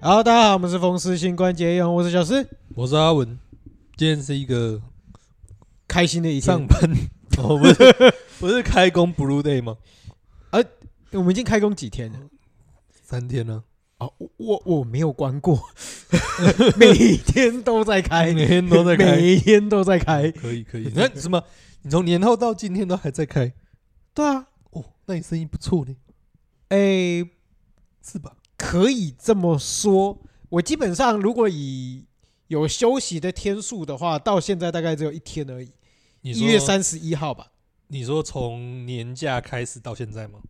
好，大家好，我们是风湿性关节炎，我是小诗，我是阿文，今天是一个开心的一上天。 班，哦，不是不是开工 Blue Day 吗？我们已经开工几天了？三天啊呢、哦，我我我没有关过， 每天都在开，每天都在开，哎每天都在开。可以可以。那什么，你从年后到今天都还在开对啊，哦？那你生意不错呢，诶、是吧？可以这么说，我基本上如果以有休息的天数的话，到现在大概只有一天而已，你一说月，三十一号吧。你说从年假开始到现在吗？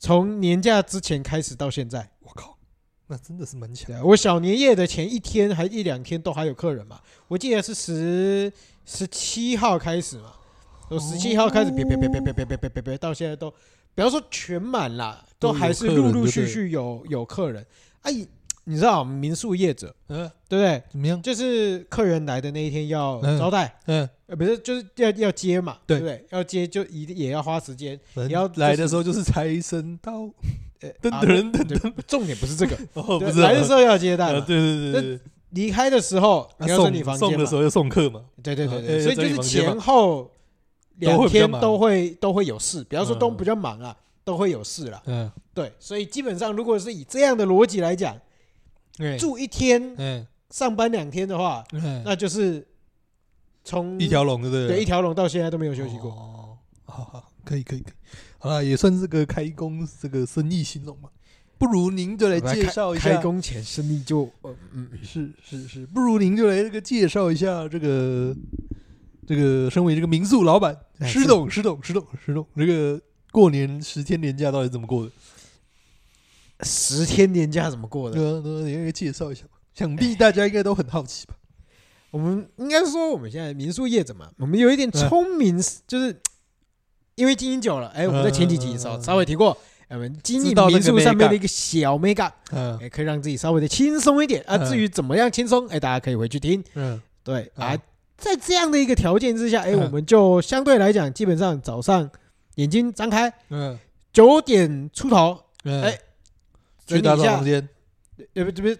从年假之前开始到现在，我靠，那真的是蛮强对。啊，我小年夜的前一天还一两天都还有客人嘛，我记得是十十七号开始嘛，从十七号开始，别别别别别别别别别别，到现在都不要说全满啦，都还是陆陆续续有有客人。哎，你知道民宿业者嗯、对不对？怎么样？就是客人来的那一天要嗯招待，嗯、呃，不是就是要要接嘛，对对不对？要接就一定也要花时间，人你要就是嗯来的时候就是财神到，呃，噔啊噔噔对重点不是这个，哦，不对是来的时候，候要接待啊嘛，对对对对对，离开的时候啊你要整理送房送间的嘛时，候要送客嘛，对对对啊对，哎所以就整理是房间嘛前后两都会比较天忙都会都会有事，比方说嗯都比较忙啊，都会有事啦。嗯，对，所以基本上如果是以这样的逻辑来讲，哎住一天哎上班两天的话，哎，那就是从一条龙对不对一对？条龙到现在都没有休息过。哦，好好，可以可以可以，好啦，也算是个开工这个生意形容嘛。不如您就来我们介绍一开下开，工前生意就呃嗯嗯是是是，不如您就来这个介绍一下这个这个身为这个民宿老板哎石是董石董石董石董，这个过年十天年假到底怎么过的？十天年假怎么过的？对啊，对啊，你应该介绍一下吧。想必大家应该都很好奇吧？我们应该说我们现在民宿业者嘛，我们有一点聪明，就是因为经营久了，哎，我们在前几集的时候嗯稍微提过，哎我们经营知道那个民宿上面 mega 的一个小 mega，嗯哎，可以让自己稍微的轻松一点啊。嗯至于怎么样轻松，哎，大家可以回去听。嗯，对啊嗯，在这样的一个条件之下，哎，嗯我们就相对来讲，基本上早上眼睛张开，嗯九点出头，嗯哎去整大理一下房，间呃不这边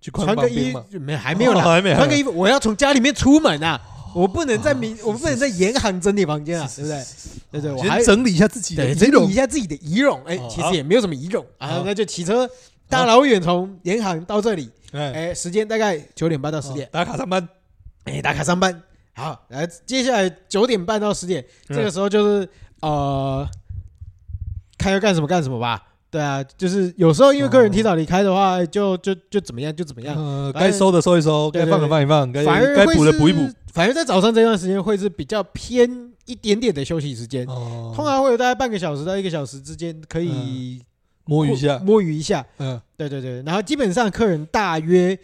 去穿宽个绑衣兵嘛，，没还没有哦啦，还没穿个衣衣服，我要从家里面出门啊，我不能在民，哦我不能在严行整理房 间啊，对不对？？对对，我还先整理一下自己的对仪整容理一下自己的仪容，哎哦，其好实也没有什么仪容啊好，那就骑车大老远从严行到这里，哎，哎，时间大概九点半到十哦点，打卡上班，哎，打卡上班。好，来，接下来九点半到十点，嗯这个时候就是呃，看要干什么干什么吧。对啊，就是有时候因为哦客人提早离开的话，哎就就就怎么样就怎么样，呃，反正该收的收一收，对该对放的放一放，该反而该会补的是补一补。。反而在早上这段时间会是比较偏一点点的休息时间，哦通常会有大概半个小时到一个小时之间可以嗯摸鱼一下，摸鱼一下。嗯，对对对，然后基本上客人大约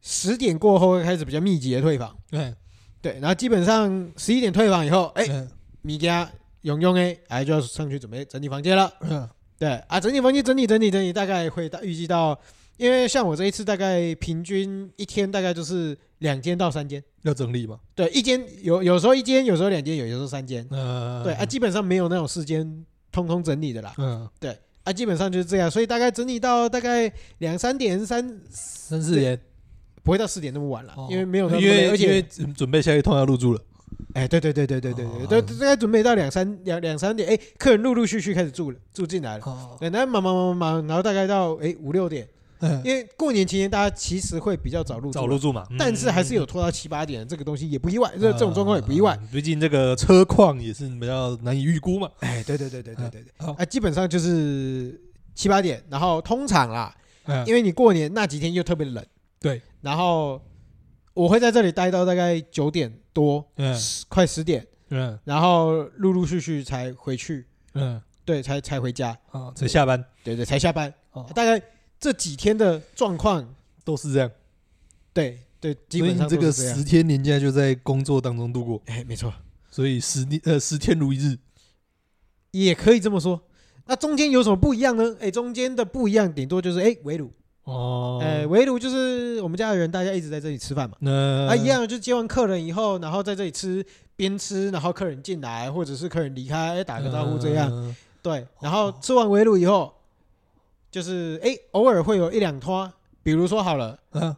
十点过后会开始比较密集的退房，哎对，然后基本上十一点退房以后，哎，嗯米家勇勇哎，哎就要上去准备整理房间了。嗯对啊，整理房间整理整理整理，大概会到预计到，因为像我这一次大概平均一天大概就是两间到三间。要整理嘛，对，一间有有时候一间，有时候两间，有有时候三间。嗯，对啊，基本上没有那种四间通通整理的啦。嗯，啊，基本上就是这样，所以大概整理到大概两三点三，三四点，不会到四点那么晚了哦，因为没有那么因累，为而因为且准准备下一通要入住了，哎，对对对对对对对，哦都都大概准备到两三两两三点，哎，客人陆陆续续开始住了，住进来了。哦，对，那忙忙忙忙忙，然后大概到哎五六点，嗯因为过年期间大家其实会比较早入住早入，住嘛，嗯但是还是有拖到七八点，这个东西也不意外，这这种状况也不意外。，嗯毕竟这个车况也是比较难以预估嘛。 哎，对对对对对对对，嗯好啊，基本上就是七八点，然后通常啦，嗯因为你过年那几天又特别冷，对，然后我会在这里待到大概九点多，嗯十快十点，嗯然后陆陆续续才回去，嗯，对，才才回家，啊，才下班对对，才下班哦，大概这几天的状况，都是这样，对对，基所以本你上这都个是这样。十天年假就在工作当中度过。哎，没错，所以十年呃十天如一日，也可以这么说。那中间有什么不一样呢？哎，中间的不一样，顶多就是哎围炉，哦哎围炉就是我们家的人大家一直在这里吃饭嘛。那啊，一样，就接完客人以后，然后在这里吃，边吃，然后客人进来，或者是客人离开，打个招呼这样。嗯对，然后吃完围炉以后，就是哎，偶尔会有一两拖比如说好了，嗯，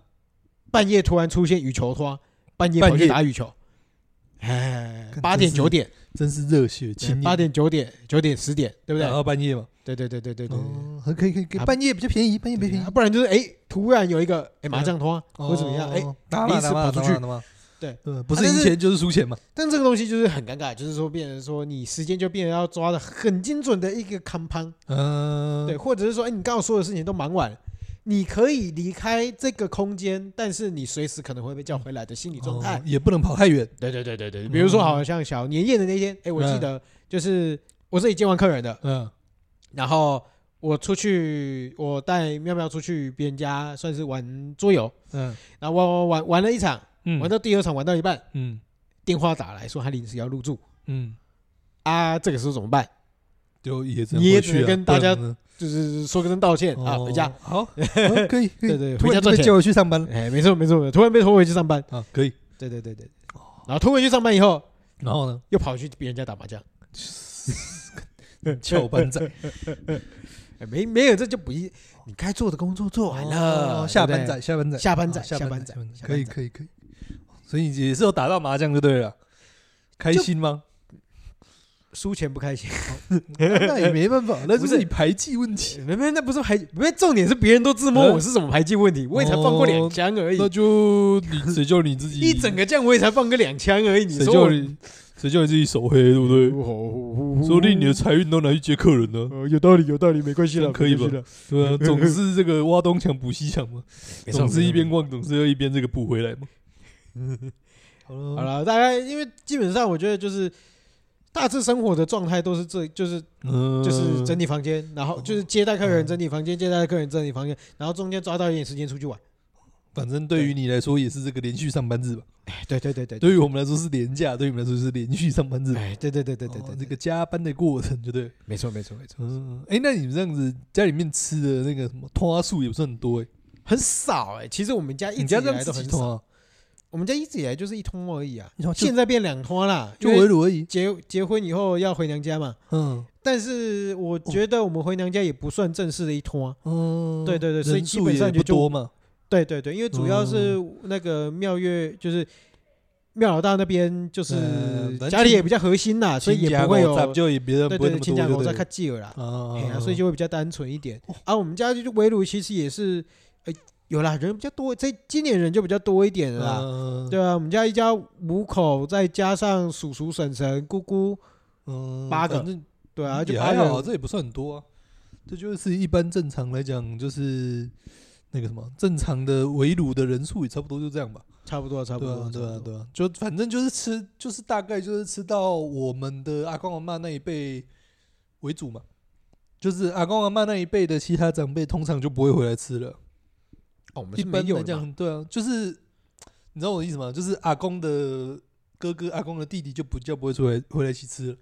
半夜突然出现羽球托，半夜半跑去夜打羽球，哎干，八点真是九点，真是热血青年，哎八点九点九点十点，对不打对？到半夜嘛，对对对对对对对哦，还可以可以可以，啊半夜比较便宜，半夜对比较便对，宜啊，不然就是哎，突然有一个哎麻将托哦或怎么样，哎，，打嘛临时打嘛跑打出嘛去打嘛，对对，不啊是但赢是钱就是输钱嘛，但这个东西就是很尴尬，就是说变成说你时间就变成要抓的很精准的一个康潘，嗯，对，，或者是说哎你刚好所有事情都忙完了，你可以离开这个空间，但是你随时可能会被叫回来的心理状态哦。也不能跑太远，对对对对对，比如说好像小年夜的那天，哎，我记得就是我自己见完客人的，嗯，然后我出去，我带妙妙出去别人家算是玩桌游，嗯然后玩玩玩玩了一场，嗯，玩到第二场玩到一半，嗯电话打来说他临时要入住嗯，啊，这个时候怎么办？就也只你也回只去能啊跟大不然家呢就是说声道歉啊，哦回家。 好，哦可以可以，对对突回家然就赚被钱叫回去上班了哎，没错没错，突然被拖回去上班。啊，可以，对对对对，哦然后拖回去上班以后，然后呢，又跑去别人家打麻 将。翘班 仔，哎， 没没有，这就不一，你该做的工作做完了，哦下对班不对仔，下班仔，下班仔啊下下班班仔下班下班可以仔可以可以，所以也是有打到麻将就对了，开就心吗？输钱不开 心。那也没 办法，那不就是是你排技问题，没没，那不是排，没重点是别人都自摸嗯我是怎么排进问题，我也才放过两哦枪而已，那就你谁叫你自 己一整个酱我也才放个两枪而已，你谁说叫我你哦谁叫你自己手黑，对不对？说说不定你的财运都拿去接客人呢、呃有道理有道理，没关系这了，样可以没关系吧了？对 啊，总是这个挖东墙补西墙嘛，没错总是一边没逛，总是要一边这个补回来嘛。好错了，好，了，大概因为基本上我觉得就是大致生活的状态都是这就是嗯，就是整理房间，然后就是接待客人嗯整理房间，接待客人整理房间，然后中间抓到一点时间出去玩。反正对于你来说也是这个连续上班日吧，哎，对对对对，对于我们来说是连假，对于我们来说是连续上班日。哎，对对对对对哦对，这对个加班的过程，对不对？没错没错没错，嗯，哎、那你们这样子家里面吃的那个什么通花素也不是很多哎、很少哎，其实我们家一你直家以这来样都自很己通少，啊？我们家一直以来就是一通而已啊，你哦说就现在变两通啦，就因为围炉而已。结结婚以后要回娘家嘛，嗯但是我觉得我们回娘家也不算正式的一通啊。嗯，对对对所以人基数本上也就不就多嘛。对对对，因为主要是哦那个妙月就是妙老大那边，就是呃反正家里也比较核心啊啦，所以也不会有就也别人对不会那对么亲多家就狗对在了看继儿啦，啊哎呀，所以就会比较单纯一点。哦啊，我们家就围炉其实也是，呃，有啦，人比较多，这今年人就比较多一点了啦。嗯，对啊，我们家一家五口，再加上叔叔、婶婶、姑姑，嗯八个反正对啊，就也八还个好啊，人。这也不算很多啊。这就是一般正常来讲，就是那个什么正常的围炉的人数也差不多就这样吧。差不多，差不对多啊，，差对啊不，多对啊，就反正就是吃，就是大概就是吃到我们的阿公阿妈那一辈为主嘛。就是阿公阿妈那一辈的其他长辈，通常就不会回来吃了。哦，我们一是没般有来的嘛。讲，对啊，就是你知道我的意思吗？就是阿公的哥哥、阿公的弟弟就不叫不会出来回来一起吃了。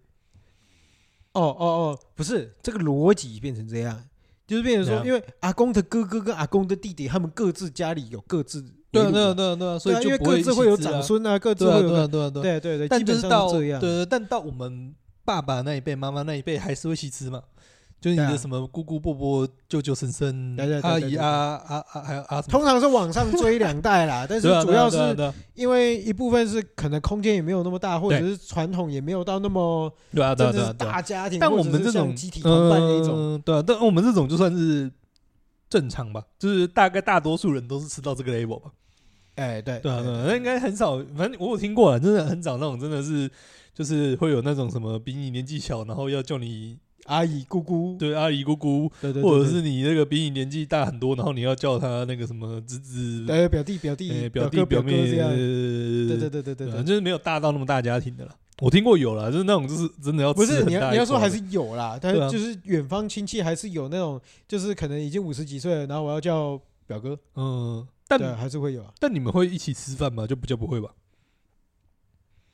哦哦哦，不是这个逻辑变成这样，就是变成怎说，样因为阿公的哥哥跟阿公的弟弟，他们各自家里有各自对围啊，炉对啊，嘛对啊，对啊，所对啊，以因为就不各会一自起会有吃啊长，孙啊，各自对啊，会有对个啊，对啊，对对啊。对对，基但就本是上到这样。对，但到我们爸爸那一辈、妈妈那一辈还是会一起吃嘛。就是你对的啊什么姑姑、伯伯、舅舅、婶婶对对对、对阿对姨、对啊啊啊，还有阿什么？通常是往上追两代啦，但是对啊主对啊要对啊是对啊因为一部分是可能空间也没有那么大，或者对是传统也没有到那么对啊，对真啊，对的是啊，对啊。大家庭，但或我者们是这像种集体同伴那一种，嗯对啊，但我们这种就算是正常吧，就是大概大多数人都是吃到这个 level 吧。哎，对对啊，对啊，那应该很少，反正我有听过啊，真的很少那种，真的是就是会有那种什么比你年纪小，然后要叫你阿姨、姑姑，对阿姨姑姑，对对，对或者对是你那个比你年纪大很多，然后你要叫他那个什么侄子、对表弟、表弟呃、表弟、哥、表表哥妹，这样，对对对对对对对，就是没有大到那么大家庭的啦。我听过有啦，就是那种就是真哦的要吃不是很你要大你一要说口还的是有啦，但对啊就是远方亲戚还是有那种，就是可能已经五十几岁了，然后我要叫表哥，嗯，对啊，但还是会有啊。但你们会一起吃饭吗？就比较不会吧？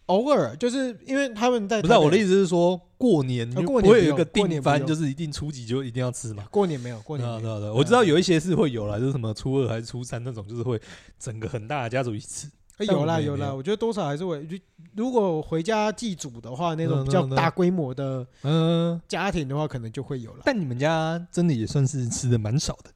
偶尔就是因为他们在不是啊、台北我的意思是说，过年啊就过不年会不有一个用过年定不番，用就是一定初几就一定要吃嘛。过年没有过对年啊没对有，啊对啊，我知道有一些是会有啦，就是什么初二还是初三那种，就是会整个很大的家族一起吃。哎但有我啦们也有没啦，有我觉得多少还是会，就如果回家祭祖的话，那种嗯比较嗯嗯大规模的嗯，家庭的话，可能就会有了。但你们家真的也算是吃的蛮少的。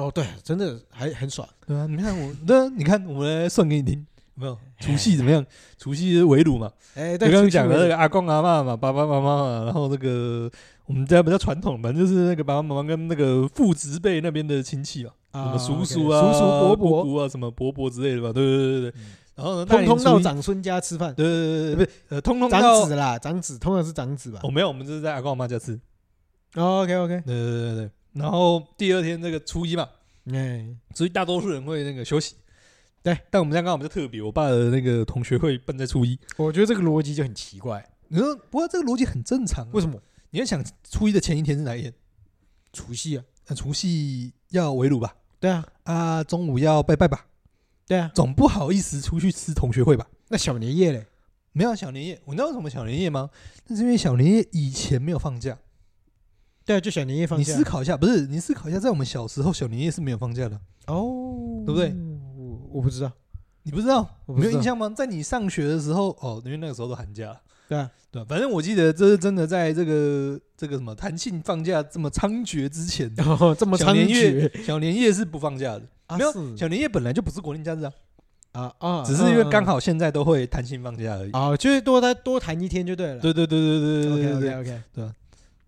哦，对，真的还很爽。对啊，你看我， 那你看我来算给你听，有没有？除夕怎么样？除夕是围炉嘛，哎，就对，刚刚出去讲的那玩个阿公阿嬷嘛，爸爸妈妈嘛，然后那个我们家比较传统，反正就是那个爸爸妈妈跟那个父职辈那边的亲戚嘛，啊什么叔叔 OK，啊、叔叔伯伯伯，啊、什么伯伯之类的吧，对对对对对嗯。然后呢，大通年通初到一，长孙家吃饭，对对对对对，不不是呃，通通到长子啊啦，长子通常是长子吧。哦哦，没有，我们就是在阿公阿妈家吃， OK OK，对对对对对。然后第二天这个初一嘛，哎，所以大多数人会那个休息。哎对，但我们家刚好比较特别，我爸的那个同学会办在初一。我觉得这个逻辑就很奇怪，你说，不过这个逻辑很正常、啊。为什么你要想初一的前一天是哪一天？除夕啊？呃除夕要围炉吧？对啊，啊，中午要拜拜吧？对啊，总不好意思出去吃同学会吧？那小年夜嘞？没有啊小年夜，我知道为什么小年夜吗？那是因为小年夜以前没有放假。对啊，就小年夜放你假思考一下，不是你思考一下，在我们小时候，小年夜是没有放假的。哦，对不对我我不知 道，你不知道？我不没有知道印象吗？在你上学的时候，哦，因为那个时候都寒假了。对啊，对吧，反正我记得这是真的，在这个这个什么弹性放假这么猖獗之 前，哦，这么小猖年獗夜，小年夜是不放假的。啊没有是小年夜本来就不是国定假日啊，啊啊，只是因为刚好好现在都会弹性放假而已。啊，就是多他多谈一天就对了。对对对对对对对 OK 对 OK 对， OK，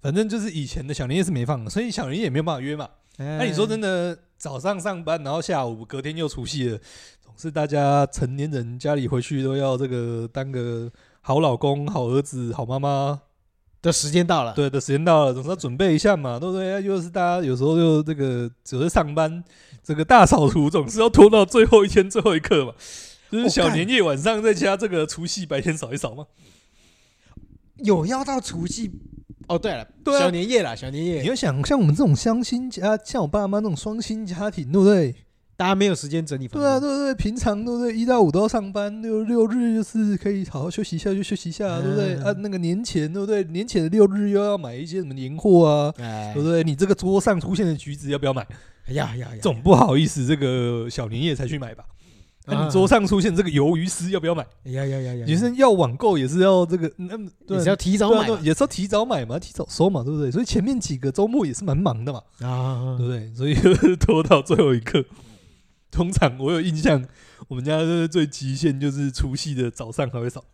反正就是以前的小年夜是没放的，所以小年夜也没有办法约嘛。那那你说真的，的，早上上班，然后下午隔天又除夕了，总是大家成年人家里回去都要这个当个好老公、好儿子、好妈妈，的时间到了，对的时间到了，总是要准备一下嘛，对不对？又是大家有时候就这个，只是上班，这个大扫除总是要拖到最后一天、最后一刻嘛。就是哦小干年夜晚上再加这个除夕白天扫一扫嘛。有要到除夕。哦，对了，对啊小年夜啦，小年你夜，要想，像我们这种双薪家，像我爸妈那种双薪家庭，对不对？大家没有时间整理房对啊，间。对不对？平常对不对？一到五都要上班，六六日就是可以好好休息一下就休息一下，对不对？嗯啊，那个年前对不对？年前的六日又要买一些什么年货啊，哎对不对？你这个桌上出现的橘子要不要买？呀哎呀呀！总不好意思，这个小年夜才去买吧？那啊你桌上出现这个鱿鱼丝要不要买？哎呀呀呀呀！女生要网购也是要这个，那么对啊也啊是要提早对啊买对啊也是要提早买嘛，提早收嘛，对不对？所以前面几个周末也是蛮忙的嘛，嘛啊对不对？所以就是拖到最后一刻。通常我有印象，我们家就是最极限就是除夕的早上还会扫，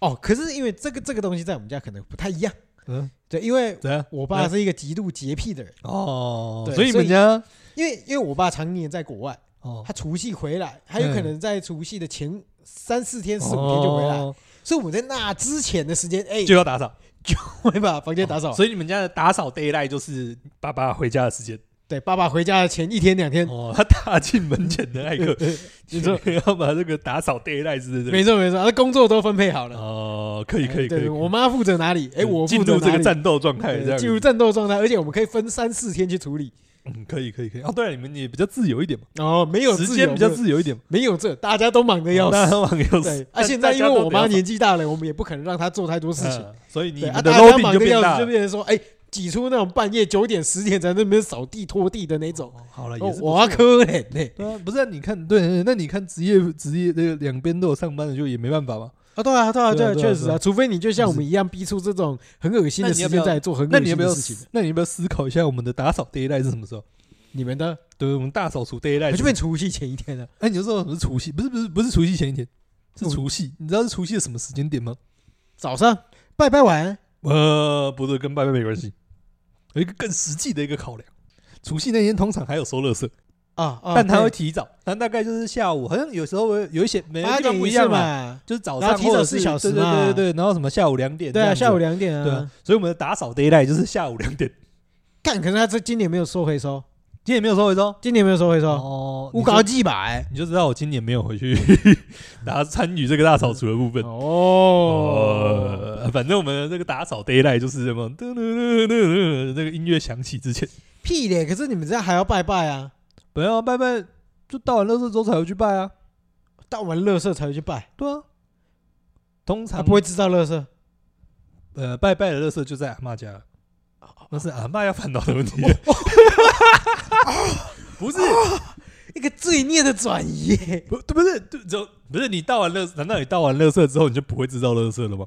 哦，可是因为这个这个东西在我们家可能不太一样，嗯，对，因为怎样？我爸是一个极度洁癖的人，哦，对所以你所们以家因为因为我爸常年在国外，哦，他除夕回来，还有可能在除夕的前三四天、四五天哦就回来，所以我们在那之前的时间，哎，就要哦打扫，会把房间打扫。所以你们家的打扫 d a y l i g h t 就是爸爸回家的时间。对，爸爸回家的前一天两天，哦， 他踏进门前的那一 刻，没错， 要把这个打扫 d a y l i g h t 是没错没错，他工作都分配好了。哦，可以可以可对，以，我妈负责哪里？哎，我进负责入这哪个里？战斗状态，对这样进入子，战斗状态，而且我们可以分三四天去处理。嗯，可以可以可以。哦，对了，你们也比较自由一点嘛，哦，没有时自间由比较没有自由一点嘛。哦没有这，大家都忙得要大家死。忙要对死，啊，但现在大因家为都我不要妈扫年纪大了，我们也不可能让她做太多事情。嗯所以你对啊，们的大家 loading 忙就得变要大死，就变成说，哎，挤出那种半夜九点、十点才在那边扫地拖地的那种。哦好了，哦也是，不我要错可怜呢。对啊，不是啊你看，对，对那你看职业职业这个两边都有上班的，就也没办法嘛。啊，对啊，对啊，对对啊啊，对啊确实对啊啊，除非你就像我是们一样逼出这种很恶心的那你要时不要间在做很那恶你心要不要的事情思？。那你要不要思考一下我们的打扫 d a y l i g h t 是什么时候？你们的，对，我们大扫除 d a y l i 我 g h t 就变除夕前一天了。哎，你就知道什么是除夕？不是不是不是除夕前一天，是除夕。你知道是除夕的什么时间点吗？早上拜拜完，呃，不对，跟拜拜没关系，有一个更实际的一个考量。除夕那天通常还有收垃圾，啊，啊但他对会提早，但大概就是下午，好像有时候会有一些每个八地方点不一一样啊次嘛，嘛，就是早然上后提或者早是四小时对对嘛对对对，然后什么下午两点这对啊，样子，下午两点对啊啊。，所以我们的打扫 d a y l i g h t 就是下午两点，干，可是他这今年没有收回收，今年没有收回收今年没有收回收。哦乌我搞搞几百你就知道我今年没有回去 打参与这个大扫除的部分。哦，呃，反正我们这个打扫 d a y l i g h t 就是什么，噔噔噔噔噔，那个音乐响起之前，屁嘞！可是你们这样还要拜拜啊，不要拜拜，就倒完垃圾之后才会去拜啊。倒完垃圾才会去拜，对啊，通他常不会制造垃圾。呃拜拜的垃圾就在阿妈家，那是阿妈要烦恼的问题。 不是，一个罪孽的转移，不，不是，就不是你倒完垃，难道你倒完垃圾之后你就不会制造垃圾了吗？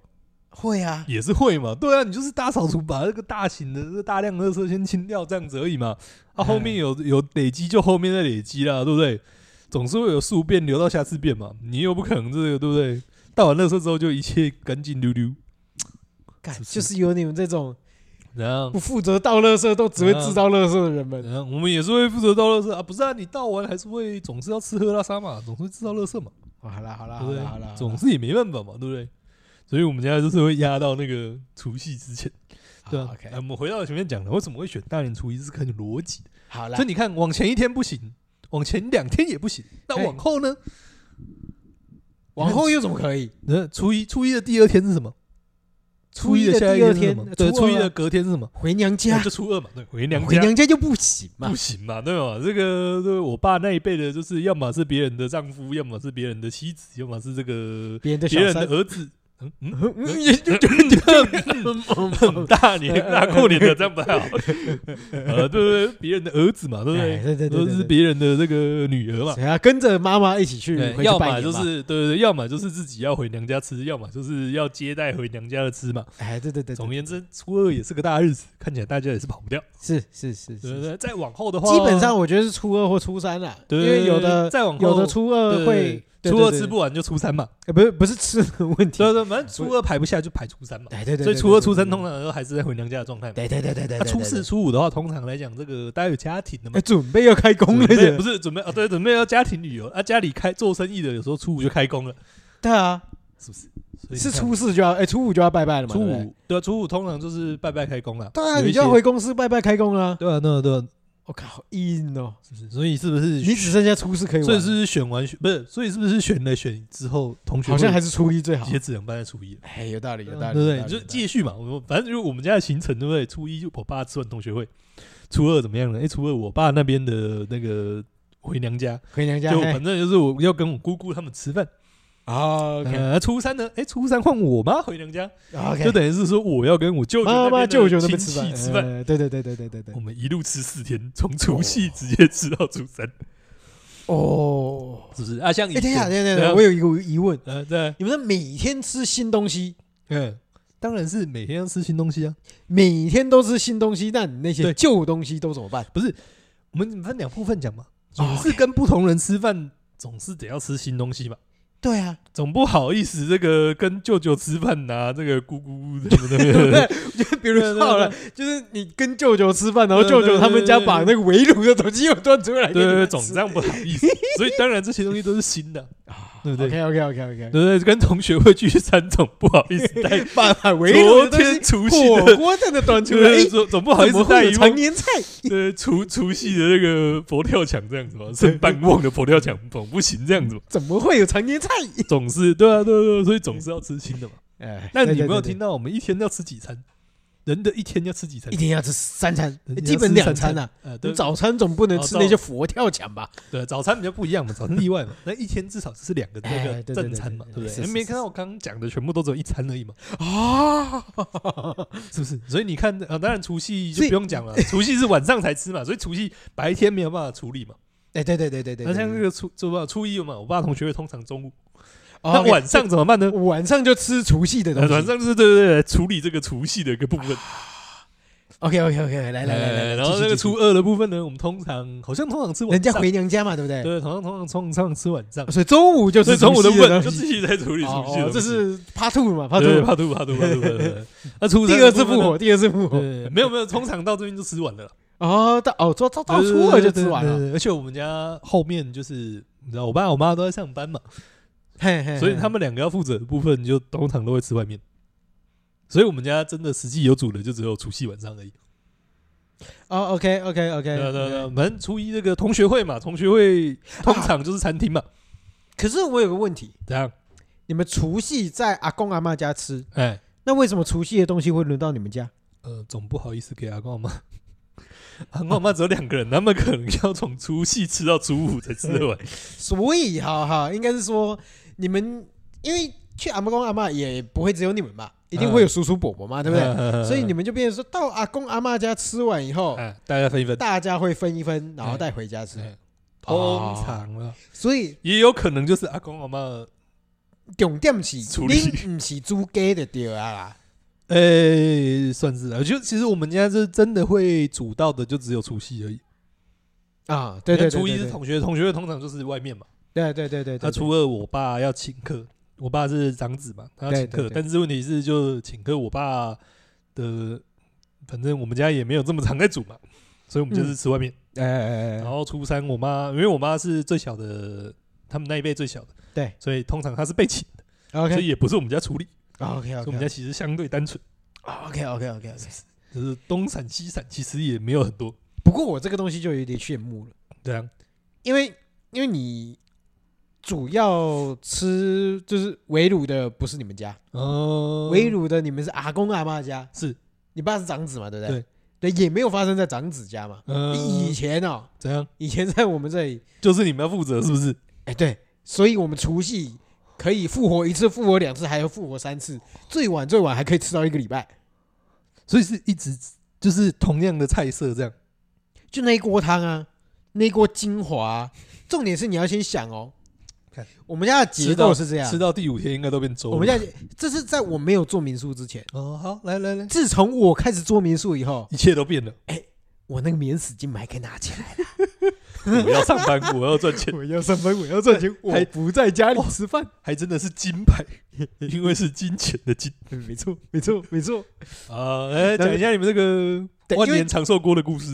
会啊，也是会嘛，对啊，你就是大扫除，把那个大型的、这个大量的车先清掉，这样子而已嘛。啊，后面有有累积就后面再累积啦，对不对？总是会有数变留到下次变嘛，你又不可能这个，对不对？倒完垃圾之后就一切干净溜溜，干是不是就是有你们这种然后不负责倒垃圾都只会制造垃圾的人们。然后我们也是会负责倒垃圾啊，不是啊，你倒完还是会总是要吃喝拉撒嘛，总是会制造垃圾嘛，哦好啦好啦好对不对啦好啦，？总是也没办法嘛，对不对？所以我们现在就是会压到那个除夕之前，对好啊。 ，OK，哎我们回到前面讲的，为什么会选大年初一是很有逻辑的好啦所以，你看，往前一天不行，往前两天也不行，那嘿往后呢？往后又怎么可以？呃，初一，初一的第二天是什么？初一的下一第二是什天么，，呃对，初一二的啊隔天是什么？回娘家那，就初二嘛，对，回娘回家。娘家就不行嘛不。行嘛，对吧？这个对我爸那一辈的，就是要么是别人的丈夫，要么是别人的妻子，要么是这个别人的小别人的三，儿子。嗯嗯， 嗯也就很大年大过年的，这样不太好。呃，对对，对别人的儿子嘛，对不哎对？对对对都对是对别人的这个女儿嘛。谁啊？跟着妈妈一起去对，嗯回要去么拜年就嘛。是对对对，要么就是自己要回娘家吃，要么就是要接待回娘家的吃嘛。哎，对对对，总对而言之，初二也是个大日子，看起来大家也是跑不掉。是是是是对对是，对，再往后的话，基本上我觉得是初二或初三啦，因哦对，对对为有的再往后有的初二会对初二对对对吃不完就初三嘛，呃不是不是吃的问题，对对，反正初二排不下就排初三嘛，哎对对，所以对初二、对初三对通常都还是在回娘家的状态嘛。对对对对对，那对初四、，初五的话，通常来讲，这个大家有家庭的对对哎，嘛，准备要开工了，准备对不是准备啊？对，准备要家庭旅游啊，家里开做生意的，有时候初五就开工了，对啊，是不是？所以你是看初四就要哎，初五就要拜拜了嘛，初对不对，五对啊，初五通常就是拜拜开工了。对啊，有一你就要些回公司拜拜开工啦。对啊，对啊，对啊，我靠，好硬哦，是不是？所以是不是？你只剩下初四可以玩所以了，是不是选完选不是？所以是不是选了选之后，同学好像会还是初一最好，也只能办在初一了，哎，有道理，有对道不理，有嗯对？道理就有道理继续嘛。我反正就是我们家的行程，对不对？初一就我爸吃完同学会，初二怎么样呢？哎，初二我爸那边的那个回娘家，回娘家，就嘿反正就是我要跟我姑姑他们吃饭。啊，OK 哦呃，初三呢？哎，初三换我妈回娘家， OK，就等于是说我要跟我舅舅妈那妈边舅舅的那亲边吃戚饭，吃饭。呃对对对对对对对我，们一路吃四天，从除夕直接吃到初三，哦，是不是啊？像以哎，等一下，前，等一下，等一对下，啊我有一个疑问，呃，对，你们是每天吃新东西，嗯，当然是每天要吃新东西啊。每天都吃新东西，那你那些对旧东西都怎么办？我们分两部分讲嘛，哦总是跟不同人吃饭，总是得要吃新东西嘛，对啊，总不好意思这个跟舅舅吃饭呐、这个姑姑什 么的， 就比如对对说对好了，就是你跟舅舅吃饭，然后对舅对舅他们家对对把那个围炉的东西又端出来给对你对对，们总吃这样不好意思，所以当然这些东西都是新的，啊，对不对 OK OK OK 对 OK，不对？跟同学会聚餐总不好意思 带把把围炉昨的东西天除夕火的，锅真的端出对来，对哎对，总总不好意怎么思会带有一常份年菜？ 对除除夕的那个佛跳墙这样子嘛，剩半瓮的佛跳墙总不行这样子嘛，怎么会有常年菜？总是对啊对啊对啊，所以总是要吃新的嘛。哎，那你对有没有？对对听对到我们一天要吃几餐？人的一天要吃几餐一？天要吃三餐人，家基本吃两三餐啊。呃，对你早餐总不能哦吃早那些佛跳墙吧？对，早餐比较不一样嘛，早餐例外嘛。那一天至少只是两个那哎个对对对正餐嘛，对对不是对？是你没看到我刚刚讲的全部都只有一餐而已嘛，啊，是不是？所以你看啊，当然除夕就所以不用讲了，除夕是晚上才吃嘛，所以除夕白天没有办法处理嘛。哎，对对对对对，那像对这个初就吧，初一嘛，我爸同学会通常中午，哦那 OK，晚上怎么办呢？晚上就吃除夕的东呃晚西。上就是对对对，处理这个除夕的一个部分。 OK OK OK，来来哎来来来，哎然后继续那个继续初二的部分呢，我们通常好像通常吃晚人家上回娘家嘛，对不对？对，同样同样通常吃晚上，所以中午就所是以中午除夕问 就东自西己在 处理哦除夕哦的，这是 Part Two 嘛怕，Part Two 怕吐怕吐怕吐怕 吐。那初第三二的次部分复呢活，第二次复活对，没有没有，通常到这边就吃完了啦，哦，到 哦，到到到对初二就吃完。对对了，对对而且我们家后面就是你知道，我爸我妈都在上班嘛，嘿嘿嘿所以他们两个要负责的部分就通常都会吃外面。所以我们家真的实际有煮的就只有除夕晚上而已。哦，OK OK 对啊对啊对 OK，啊，反正初一这个同学会嘛，同学会通常就是餐厅嘛，可是我有个问题，这样你们除夕在阿公阿妈家吃，哎那为什么除夕的东西会轮到你们家？呃，总不好意思给阿公阿妈。阿公阿妈只有两个人，他们可能要从除夕吃到初五才吃得完。所以，哈哈，应该是说你们因为去阿公阿妈也不会只有你们嘛，一定会有叔叔伯伯嘛，对不对？对所以你们就变成说到阿公阿妈家吃完以后，哎，大家分一分。大家会分一分，然后带回家吃。哎通常了，所以也有可能就是阿公阿妈重点是处理恁毋是主家就对啊啦，哎、算是了。就其实我们家是真的会煮到的，就只有除夕而已。啊，对对因为初一对是对同学，同学通常就是外面嘛。对对对对他对，初二我爸要请客，我爸是长子嘛，他要请对客对。对但是问题是，就请客，我爸的，反正我们家也没有这么常在煮嘛， 所以我们就是吃外面。哎哎哎然哎，后初三我妈，因为我妈是最小的，他们那一辈最小的，对，所以通常她是被请的，所以 OK 也不是我们家处理， OK 所以我们家 OK 其实相对单纯， OK OK OK OK。就是东闪西闪，其实也没有很多。不过我这个东西就有点羡慕了，对啊，因为因为你主要吃就是围炉的不是你们家，哦，围炉的你们是阿公阿妈家，是，你爸是长子嘛，对不对？对，也没有发生在长子家嘛。呃，以前哦，怎样？以前在我们这里，就是你们要负责是不是？哎，对，所以我们除夕可以复活一次、复活两次，还有复活三次，最晚最晚还可以吃到一个礼拜。所以是一直就是同样的菜色这样。就那一锅汤啊，那一锅精华啊、重点是你要先想哦看，我们家的结吃到构是这样吃，到第五天应该都变粥了。我们家这是在我没有做民宿之前，哦，好，来来 来，自从我开始做民宿以后，一切都变了。我那个免死金牌可以拿起来，我要上班，我要赚钱， 我要上班，我要赚钱，我不在家里吃饭，还真的是金牌，因为是金钱的金 没错，没错，没错。啊。来讲一下你们这个对万因为年长寿锅的故 事。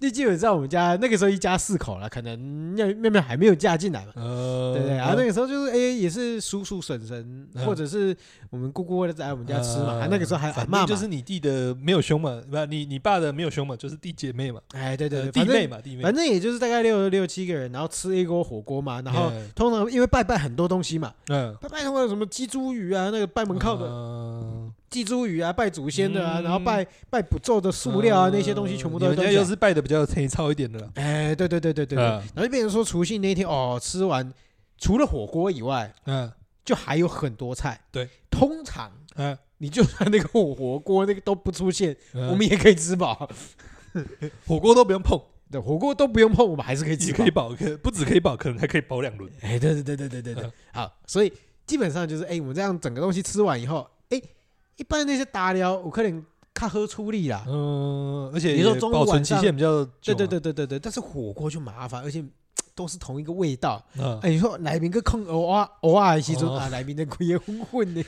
那基本上我们家那个时候一家四口了，可能妹妹妹还没有嫁进来嘛，呃，对不对？然后那个时候就是哎、也是叔叔婶婶嗯或者是我们姑姑在我们家吃嘛，啊那个时候还有阿反妈正嘛就是，你弟的没有兄嘛，不，你你爸的没有兄嘛，就是弟姐妹嘛，哎，对对呃对，弟反妹正嘛，弟妹。反正也就是大概六六七个人，然后吃一锅火锅嘛，然后嗯通常因为拜拜很多东西嘛，嗯，拜拜通常有什么鸡猪鱼啊，那个拜门靠的的祭猪鱼啊，拜祖先的啊，嗯然后拜拜补咒的塑料啊，那些东西全部都人在家端起又来。是拜的比较粗糙一点的啦。哎，对对对对对对，嗯然后就变成说除夕那一天哦，吃完除了火锅以外，嗯就还有很多菜。对，通常嗯，你就算那个火火锅那个都不出现，我我们也可以吃饱。嗯火锅都不用碰，对，火锅都不用碰，我们还是可以吃也 饱可以。保，可不止可以保，可能还可以保两轮。哎，对对对对对对对嗯，好，所以基本上就是哎，我们这样整个东西吃完以后，哎，一般那些打料我可能看喝出力啦。嗯，而且你说也中午保存晚期上限比较对久。对，对对对对，但是火锅就麻烦，而 且都是同一个味道。嗯，哎，你说来宾个空偶尔偶尔的时阵哦啊，来宾的鬼也混 混的，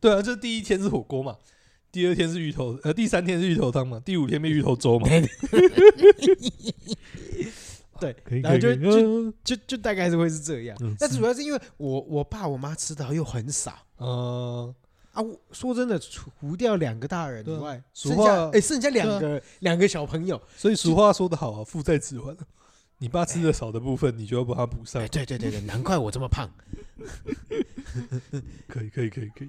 对啊，这第一天是火锅嘛，第二天是芋头，呃，第三天是芋头汤嘛，第五天变芋头粥嘛。对 可以然后可以就可以就就就大概是会是这样嗯。但是主要是因为我我爸我妈吃的又很少嗯，啊，我说真的，除掉两个大人以外，对啊剩俗下话啊哎剩下两个两个小朋友，所以俗话说得好啊，父在子还。你爸吃的少的部分，你就要帮他补上哎。对对 对对，难怪我这么胖，可以可以可以可以。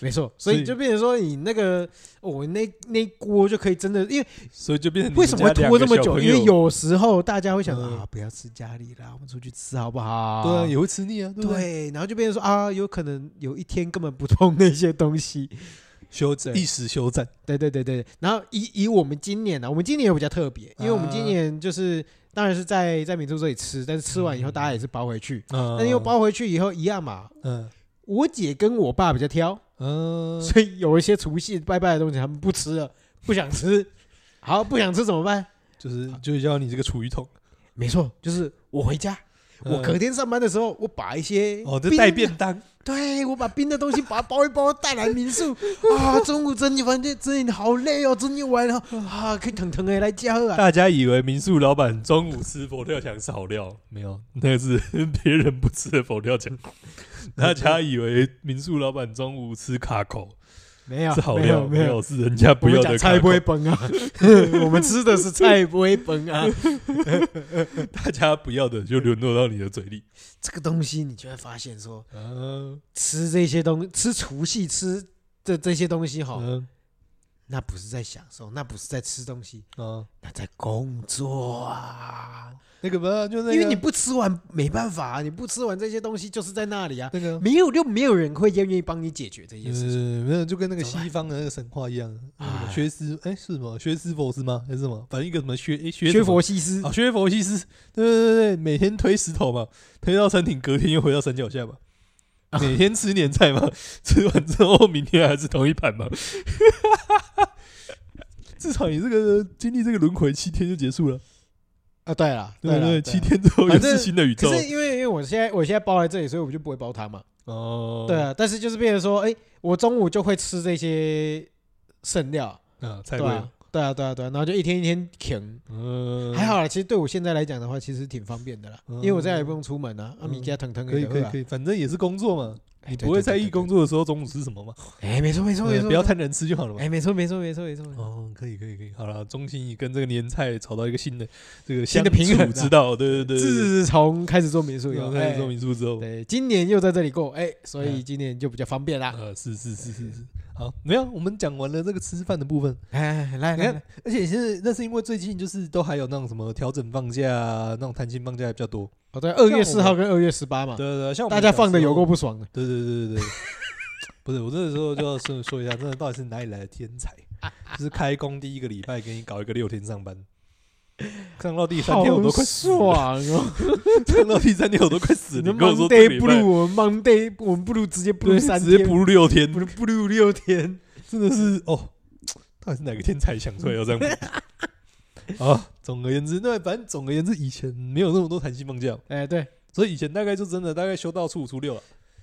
没错，所所以以就变成说你那个哦我那那锅就可以真的，因为所以就 变成你为什么会们家拖这两么个小久？朋因友为有时候大家会想嗯啊，不要吃家里啦，我们出去吃好不好？对啊，也会吃腻啊，对不对？对，然后就变成说啊，有可能有一天根本不碰那些东西。 休对一时休战，对对对对，然后以以我们今年呢、啊我们今年也比较特别，因为我们今啊年就是当然是在在民宿这里吃，但是吃完以后大家也是包回去，嗯但又包回去以后一样嘛。嗯我姐跟我爸比较挑，嗯，所以有一些除夕拜拜的东西他们不吃了，不想吃。好，不想吃怎么办？就是就要你这个厨余桶，没错，就是我回家，我嗯隔天上班的时候，我把一些哦，这冰带便当，对，我把冰的东西把它包一包带来民 宿啊，中午蒸一完就蒸，好累哦，蒸一完了啊，可以疼疼哎，来加喝啊。 大家以为民宿老板中午吃佛跳墙是好料，没有，那个是 别人不吃的佛跳墙。大家以为民宿老板中午吃卡口没有，是好没料，有，没没有，有是人家我不们要讲的菜卡不口。会崩啊， 我们吃的是菜不会崩啊。大家不要的就沦落到你的嘴里。 这个东西你就会发现说，嗯吃这些东吃除夕吃的这些东西哈，嗯那不是在享受，那不是在吃东西，啊，那在工作啊。那个吧，就那个，因为你不吃完没办法、啊，你不吃完这些东西就是在那里啊，那个没有就没有人会愿意帮你解决这件事情。呃，没有，就跟那个怎么办西方的那个神话一样，那个什么哎薛斯，哎，是什么？薛斯佛斯吗？还是什么？反正一个什么薛，哎，薛学什么佛西斯啊，薛佛西斯，对对对对，每天推石头嘛，推到山顶，隔天又回到山脚下嘛。啊每天吃年菜嘛， 吃完之后明天还是同一盘嘛。 至少你这个经历这个轮回七天就结束了，啊，对了，对不啦对？啦七天之后又反是正新的宇宙可是因为因为我现在我现在包在这里，所以我就不会包它嘛。哦。对啊，但是就是变成说，哎、我中午就会吃这些剩料，啊，菜对味，啊，对啊，对啊，对啊，然后就一天一天啃。嗯，还好啦，其实对我现在来讲的话，其实挺方便的啦，因为我在家也不用出门啊，阿米家腾腾可以可以可以，哎以，反正也是工作嘛，你不会在意工作。作的时候中午吃什么嘛，哎，没错没错没对错，不要贪婪吃就好了嘛。哎，没错没错没错没错，没错哦，可以可以可以，好了，中心你跟这个年菜找到一个新的这个新的相平衡处啊之道，对对对，对自从开始做民宿以对后，开始哎做民宿之后，对，今年又在这里过，哎，所嗯以今年就比较方便啦。呃，是是是是是，好，没有，我们讲完了这个吃饭的部分，哎，哎来你来，来，看而且现在那是因为最近就是都还有那种什么调整放假啊，那种弹性放假也比较多，哦对，二月像我四号跟二月十八嘛对，对对，像我们啊大家放的小时有候够不爽的。对对对对对，不是我这个时候就要说说一下，真的到底是哪里来的天 才？就是开工第一个礼拜给你搞一个六天上 班，上到第三天我都快死了，好爽哦！上到第三天我都快死了。你的你跟我说 Monday 这个礼拜 Blue，我们 Monday 我们不如直接不如对三直接天，不如六天不，如不如六 天。真的是哦，到底是哪个天才想出来要这样 子？啊，总而言之，那反正总而言之，以前没有那么多弹性放假，哎，对，所以以前大概就真的大概休到初五初六了。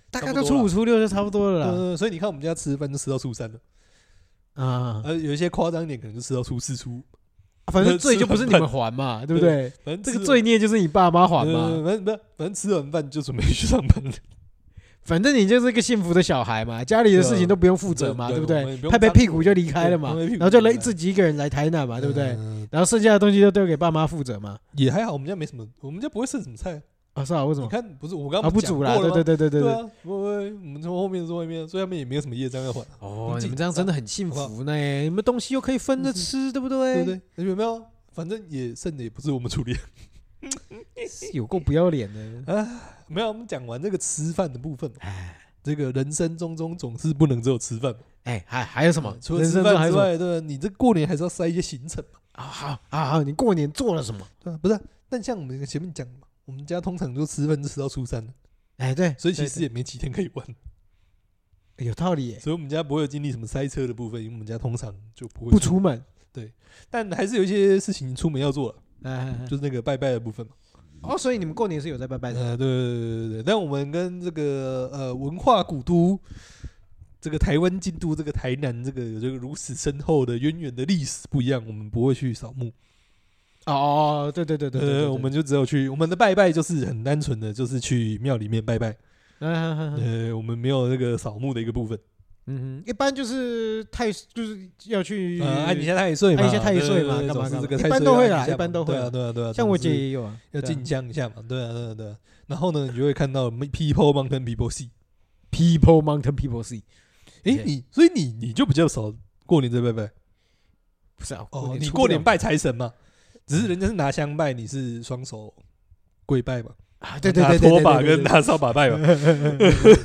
大差概不到多初啦五初六就差不多了啦。嗯，所以你看我们家吃饭就吃到初三了，啊，呃，有一些夸张一点，可能就吃到初四初五。反正罪就不是你们还 嘛，对不对？反正这个吃罪孽就是你爸妈还嘛。呃反正不，反正吃完饭就准备去上班了，反正你就是一个幸福的小孩嘛，家里的事情都不用负责嘛，对对不我们也对不？用拍拍屁股就离开了嘛，对拍拍屁股然后就来就离开自己一个人来台南嘛，对不对？嗯然后剩下的东西就丢给爸妈负责嘛。也还好，我们家没什么，我们家不会剩什么菜。啊，是啊，为什你么？看，不是我刚啊，刚不讲足过啦，了对吗对对对对对对。啊，不不，我们从后面说外面，所以他们也没有什么业障要还，哦，自己你们这样真的很幸好福呢，你们东西又可以分着吃，对不对？对不对？有没有？反正也剩的也不是我们处理。 是有够不要脸的。没有，我们讲完这个吃饭的部分嘛，这个人生中中总是不能只有吃饭嘛，哎，还还有什么？啊除了人吃生中还有饭之什么外，对吧？你这过年还是要塞一些行程嘛，啊？好啊好，你过年做了什么？对吧？不是啊，但像我们前面讲的嘛，我们家通常就吃饭就吃到初三了，哎，对，所以其对实也没几天可以玩。对有道理耶，所以我们家不会有经历什么塞车的部分，因为我们家通常就不会不出，门。但还是有一些事情出门要做了，哎哎哎就是那个拜拜的部分嘛。哦，所以你们过年是有在拜拜的呃，对对对对对，但我们跟这个呃文化古都，这个台湾京都，这个台南，这个有这个如此深厚的渊源的历史不一样，我们不会去扫墓，哦哦，哦对对对对对对，对呃，我们就只有去我们的拜拜就是很单纯的，就是去庙里面拜拜，嗯嗯嗯嗯呃，我们没有那个扫墓的一个部分，嗯哼，一般就是太就是要去啊呃，按一下太岁嘛，按一下太对对岁嘛对干嘛总是这干个嘛太一般岁都要会按啦下一般嘛都会对啊对啊对啊，像总我是姐也有啊，要对啊进香一下嘛，对啊，对啊，对啊。然后呢，你就会看到 people mountain people sea。 People Mountain People Sea，诶，对你所以你你就比较少过年在拜拜不是啊，哦，出你不过年嗯了拜财神嘛，只是人家是拿香拜，你是双手跪拜嘛，啊，对对对拿对，拖对把对跟对拿扫把拜嘛，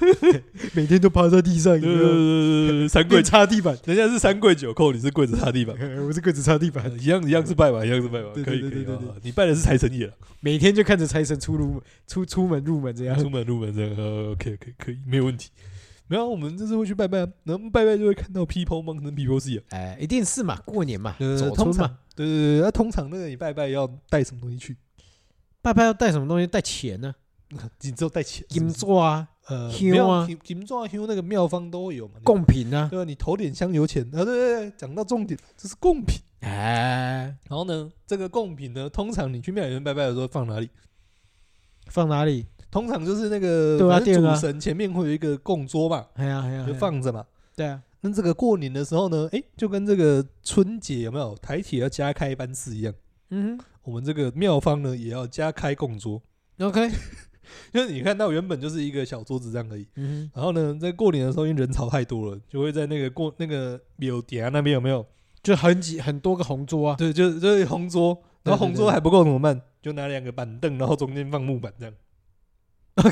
每天都趴在地 上，有没有 呃，三跪跪擦地板，人家是三跪九叩，你是跪着擦地 板。我是跪着擦地板呃，一样一样是拜嘛，一样是拜嘛，对可以对可对以对啊对你拜的是财神爷啊了，每天就看着财神出入出出门入门这样。出门入门这样呃，OK 可以可以，没有问题。然后我们就是会去拜拜啊，然后拜拜就会看到 people mountain people sea 啊，哎，一定是嘛，过年嘛，呃走村通常嘛，对对对，那、通常那个你拜拜要带什么东西去？拜拜要带什么东西？带钱呢？你只有带钱，金是不是座啊，呃，香没有啊金金砖香那个庙方都会有嘛，贡品 啊，对吧？你头点香油钱啊，对对对，讲到重点，这是贡品。哎，然后呢，这个贡品呢，通常你去庙里面拜拜的时候放哪里？放哪里？通常就是那个对啊反正店啊主神前面会有一个供桌嘛，哎呀哎呀，就哎呀放着嘛。对啊，那这个过年的时候呢，哎，就跟这个春节有没有台铁要加开班次一样，嗯我们这个庙方呢也要加开供桌。哼，OK，就是你看到原本就是一个小桌子这样而已。嗯然后呢，在过年的时候，因为人潮太多了，就会在那个过那个柳点那边有没有？哼，就很几很多个红桌啊， 对，就就是红桌，然对对后红桌对还不够怎么办？就拿两个板凳，然后中间放木板这样。 对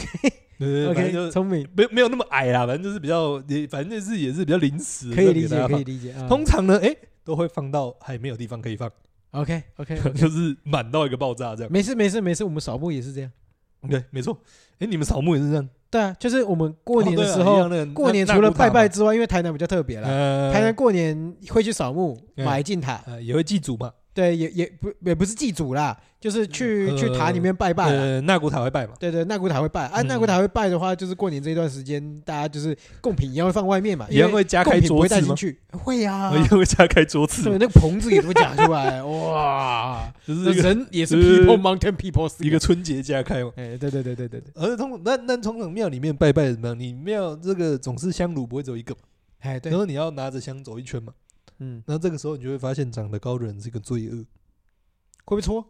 对对反正 OK，就聪明，没有没有那么矮啦，反正就是比较也反正就是也是比较临时，可以理这解，样给大可家以理解啊放。。通常呢，哎，都会放到还没有地方可以 放， OK OK，就是满到一个爆炸这样。没事没事没事，我们扫墓也是这样。对，没错。哎，你们扫墓也是这样？对啊，就是我们过年的时哦对啊一候样，那个过年那除了那古塔拜嘛拜之外，因为台南比较特别啦，呃，台南过年会去扫墓、嗯买进塔，呃也会祭祖嘛，对，也也不也不是祭祖啦，就是去、呃去塔里面拜拜啦。呃，那古塔会拜嘛。对对，那古塔会拜啊，嗯那古塔会拜的话，就是过年这一段时间，大家就是贡品一样会放外面嘛，一样因为会加贡开品不桌会带子进吗？去，会呀、 一样会加开桌子对，吗，那个棚子也都会夹出来，哇，就是那一个人也是呃 people mountain people 一个，春节加开嘛。哎，对对对对对对，而通那那通常庙里面拜拜怎么样？你庙这个总是香炉不会只有一个嘛，哎对然，后你要拿着香走一圈嘛。嗯，那这个时候你就会发现长得高的人是个罪恶。会不会搓？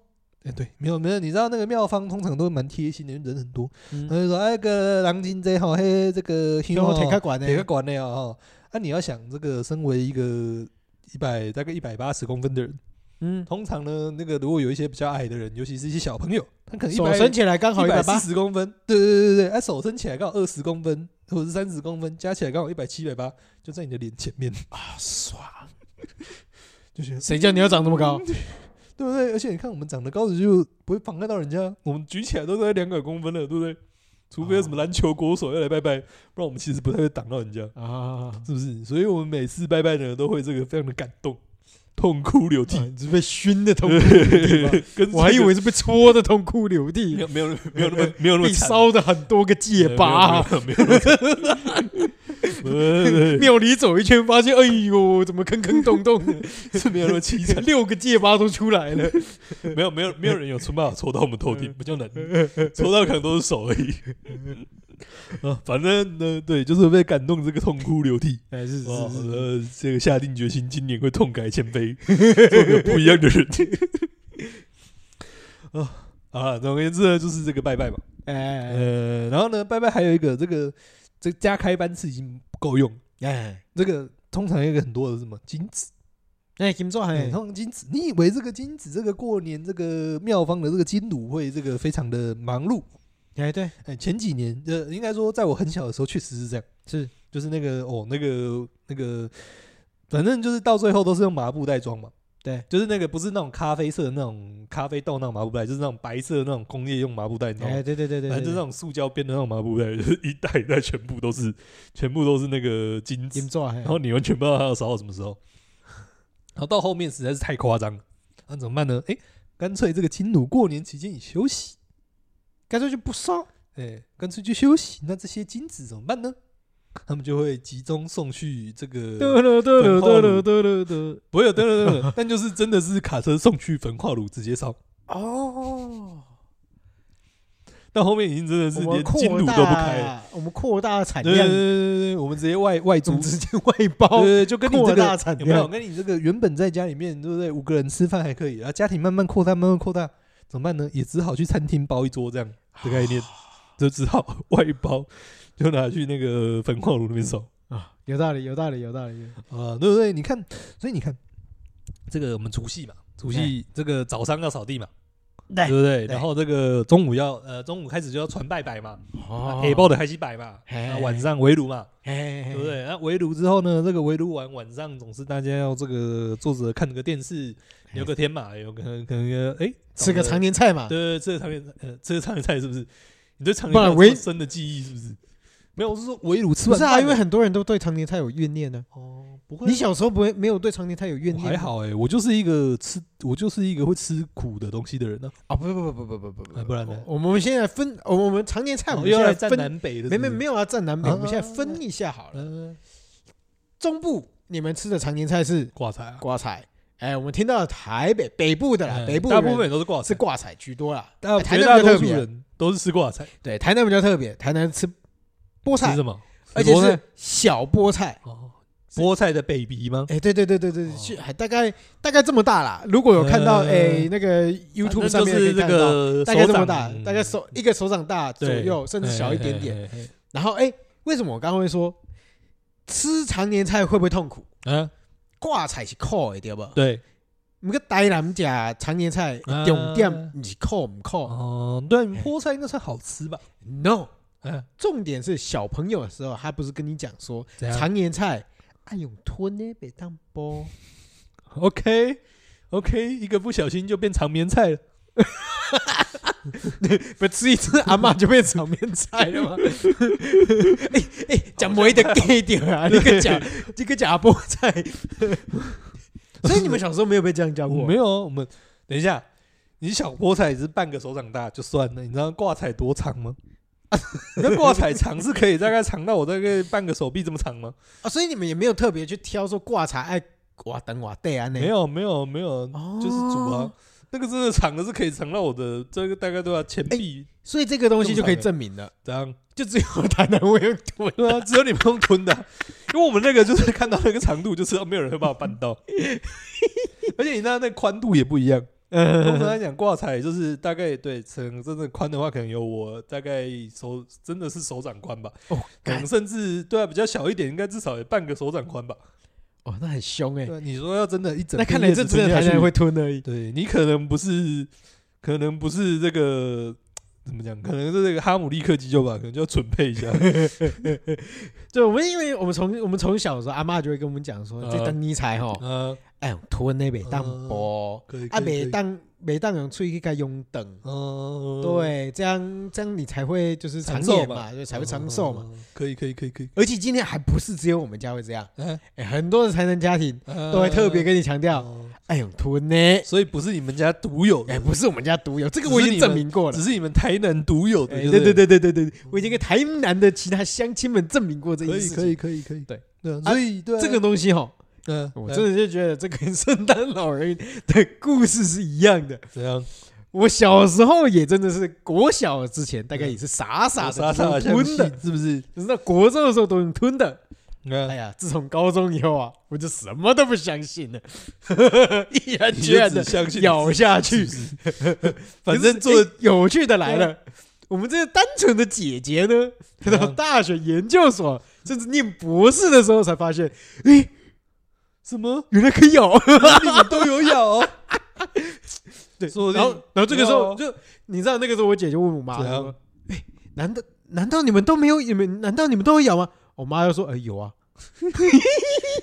哎，对，没有没有，你知道那个庙方通常都蛮贴心的，因为人很多，嗯他就说哎，那个狼金贼好嘿，这个香我铁哦开管呢？别个管了哦。那、啊、你要想，这个身为一个一百大概一百八十公分的人，嗯，通常呢，那个如果有一些比较矮的人，尤其是一些小朋友，他可能一手百伸起来刚好一一百百八四，十公分，对对对对对，哎、手伸起来刚好二十公分或者是三十公分，加起来刚好一百七一百八，就在你的脸前面，啊爽！就觉得谁叫你要长这么高？对不对？而且你看我们长得高的就不会妨碍到人家，我们举起来都在两百公分了，对不对？除非有什么篮球国手要来拜拜，不然我们其实不太会挡到人家。啊，是不是？所以我们每次拜拜呢，都会这个非常的感动，痛哭流涕，你是被熏的痛哭流涕吗？跟我还以为是被戳的痛哭流没涕，有没有没有那么没有那么被惨烧的很多个没结有没有疤。没有没有那么惨不是庙里走一圈，发现哎呦，怎么坑坑洞洞的， 是没有那么凄惨，六个戒疤都出来了。 没有没有没有人有出办法戳到我们头嗯顶，比较难，戳到可能都是手而已。 啊，反正呢，对，就是被感动这个痛哭流涕。哎，是哇，呃，这个下定决心，今年会痛改前非， 做个不一样的人。 啊啊，总而言之呢，就是这个拜拜嘛。哎呃，然后呢，拜拜还有一个这个这个加开班次已经不够用，哎，这个通常有一个很多的是什么金子，哎，金壮哎，哎，通常金子，你以为这个金子这个过年这个庙方的这个金炉会这个非常的忙碌？哎对，哎，前几年呃，应该说在我很小的时候确实是这样，是就是那个哦，那个那个，反正就是到最后都是用麻布袋装嘛。对，就是那个不是那种咖啡色的那种咖啡豆那种麻布袋，就是那种白色的那种工业用麻布袋，你知道吗哎？对对对对，反正就那对种塑胶编的那种麻布袋，就是一袋一袋全部都是，全部都是那个金金子，壮哎然，后你完全不知道它要烧到什么时候。然后到后面实在是太夸张了，那怎么办呢？哎，干脆这个金弩过年期间也休息，干脆就不烧。哎，干脆就休息。那这些金子怎么办呢？他们就会集中送去这个，得了得了得了得了得不会有等等等等，但就是真的是卡车送去焚化炉直接烧。哦，到后面已经真的是我连们金扩弩都不开了，大，我们扩大产对对对量，对对，我们直接外外我租们直接外包，对，就跟你这扩大个产有没有量。跟你这个原本在家里面对不对？五个人吃饭还可以，然后啊家庭慢慢扩大，慢慢扩大，怎么办呢？也只好去餐厅包一桌这样的概 念，就只好外包，就拿去那个焚化炉那边烧啊，有道理，有道理，有道理。有道理啊，对不对？你看，所以你看这个我们除夕嘛，除夕这个早上要扫地嘛，对不对？然后这个中午要呃中午开始就要传拜拜嘛，啊哦黑包的开始摆嘛，嘿啊晚上围炉嘛，哎，对不对？那围炉之后呢，这个围炉完晚上总是大家要这个坐着看个电视，聊个天嘛，有可能可能哎吃个长常年菜嘛？对对，吃个长年呃吃个长年菜是不是？你对长不年然菜有围这么深的记忆是不是？没有，我是说围炉吃不完是啊，饭因为了很多人都对常年菜有怨念呢。哦不会啊，你小时候不会没有对常年菜有怨我念？还好哎，我就是一个吃我就是一个会吃苦的东西的人呢。啊，不不不不不不哎不啊不然呢我们现在分，我们我们常年菜我哦们又现在要来站分，南北的，没没没有啊，站南北，啊我们现在分一下好了。嗯，中部你们吃的常年菜是挂彩啊，挂菜，哎，我们听到台北北部的啦，嗯啊北部大部分人人都是挂是彩，挂菜居多啦，大台绝南比大较多特数别啊人都是吃挂彩，对，台南比较特别，台南吃菠吃菜什，么？而且菠菜是小菠菜，哦，菠菜的 baby 吗？哎，对对对对对，哦是还大概大概这么大啦。如果有看到呃哎那个啊 YouTube 那上就面可以是看这到，个大概这么手掌嗯大，大概手一个手掌大左对右，甚至小一点点。嘿。嘿嘿嘿然后哎，为什么我刚刚会说吃常年菜会不会痛苦？嗯，挂菜是苦的，对不？对，我们个台南家常年菜啊重点不是苦不苦哦，对，菠菜应该算好吃吧？ ，no，嗯，重点是小朋友的时候，他不是跟你讲说怎样常年菜爱用吞呢，别当 波。 ？OK OK，一个不小心就变长 棉菜了。不吃一次阿妈就变炒面菜了吗？哎哎， 讲没得 gay 点啊！你个 假，你个假菠菜。 所以你们小时候没有被这样教我过？ 没有啊，我们等一下，你小菠菜只是半个手掌大就算了，你知道挂彩多 长吗？ 你知道挂彩长是可以大概长到我大概半个手臂这么长吗？啊，所以你们也没有特别去挑说挂茶爱哇等哇对啊那没，有没有没有，哦就是煮啊。。那个真的长的是可以长到我的这个大概对吧、前哎臂所以这个东西就可以证明了，这样，就只有台南会用 吞。对啊，只有你们用吞的啊、因为我们那个就是看到那个长度就知道没有人会把我办到，而且你知道那宽度也不一样。我们来讲挂彩，就是大概对，成真的宽的话，可能有我大概手真的是手掌宽吧，哦，可干能甚至对啊比较小一点，应该至少也半个手掌宽吧。哦，那很凶哎对。啊，你说要真的一整片那叶看来这子只有台吞下南去会，吞而已。对你可能不是，可能不是这个怎么讲，可能是这个哈姆立克急救吧，可能就要准备一 下。对，我们因为我们从我们从小的时候，阿妈就会跟我们讲说，嗯这等你菜吼，啊，哎呦，吞那袂当波，可以啊，袂，可以可以当袂当用喙去甲用等，嗯，对，这样这样你才会就是长长寿寿嘛嘛，就才会长寿嘛。嗯，可以可以可以可以，而且今天还不是只有我们家会这样，嗯哎，很多的才能家庭都都会特别跟你强调，啊哦哎呦，吞呢，所以不是你们家独有的哎，，不是我们家独有，这个我已经证明过了只。是你们台南独有的。哎，就对对对对对对对，我已经跟台南的其他乡亲们证明过这了，一可件以事可以情。可以可以，对对啊，啊所以对啊这个，东西哈，嗯，我真的就觉得这跟圣诞老人的故事是一样的。怎样？我小时候也真的是国小之前，大概也是傻傻傻的 傻傻吞的，，是不是？啊就是那国中的时候都用吞的。你哎看，呀，自从高中以后啊，我就什么都不相信了， 毅然你决就然只的相信，咬下去。反正做啊可是哎有趣的来了，我们这个单纯的姐姐呢，嗯到大学研究所甚至念博士的时候才发现，哎，，什么原来可以咬。你们都有咬哦， 对，说不定然啊后 然后这个时候你就你知道那个时候我姐就问我妈怎样说：“哎，难道难道你们都没有你们难道你们都会咬吗？”我妈就说：“哎，有啊，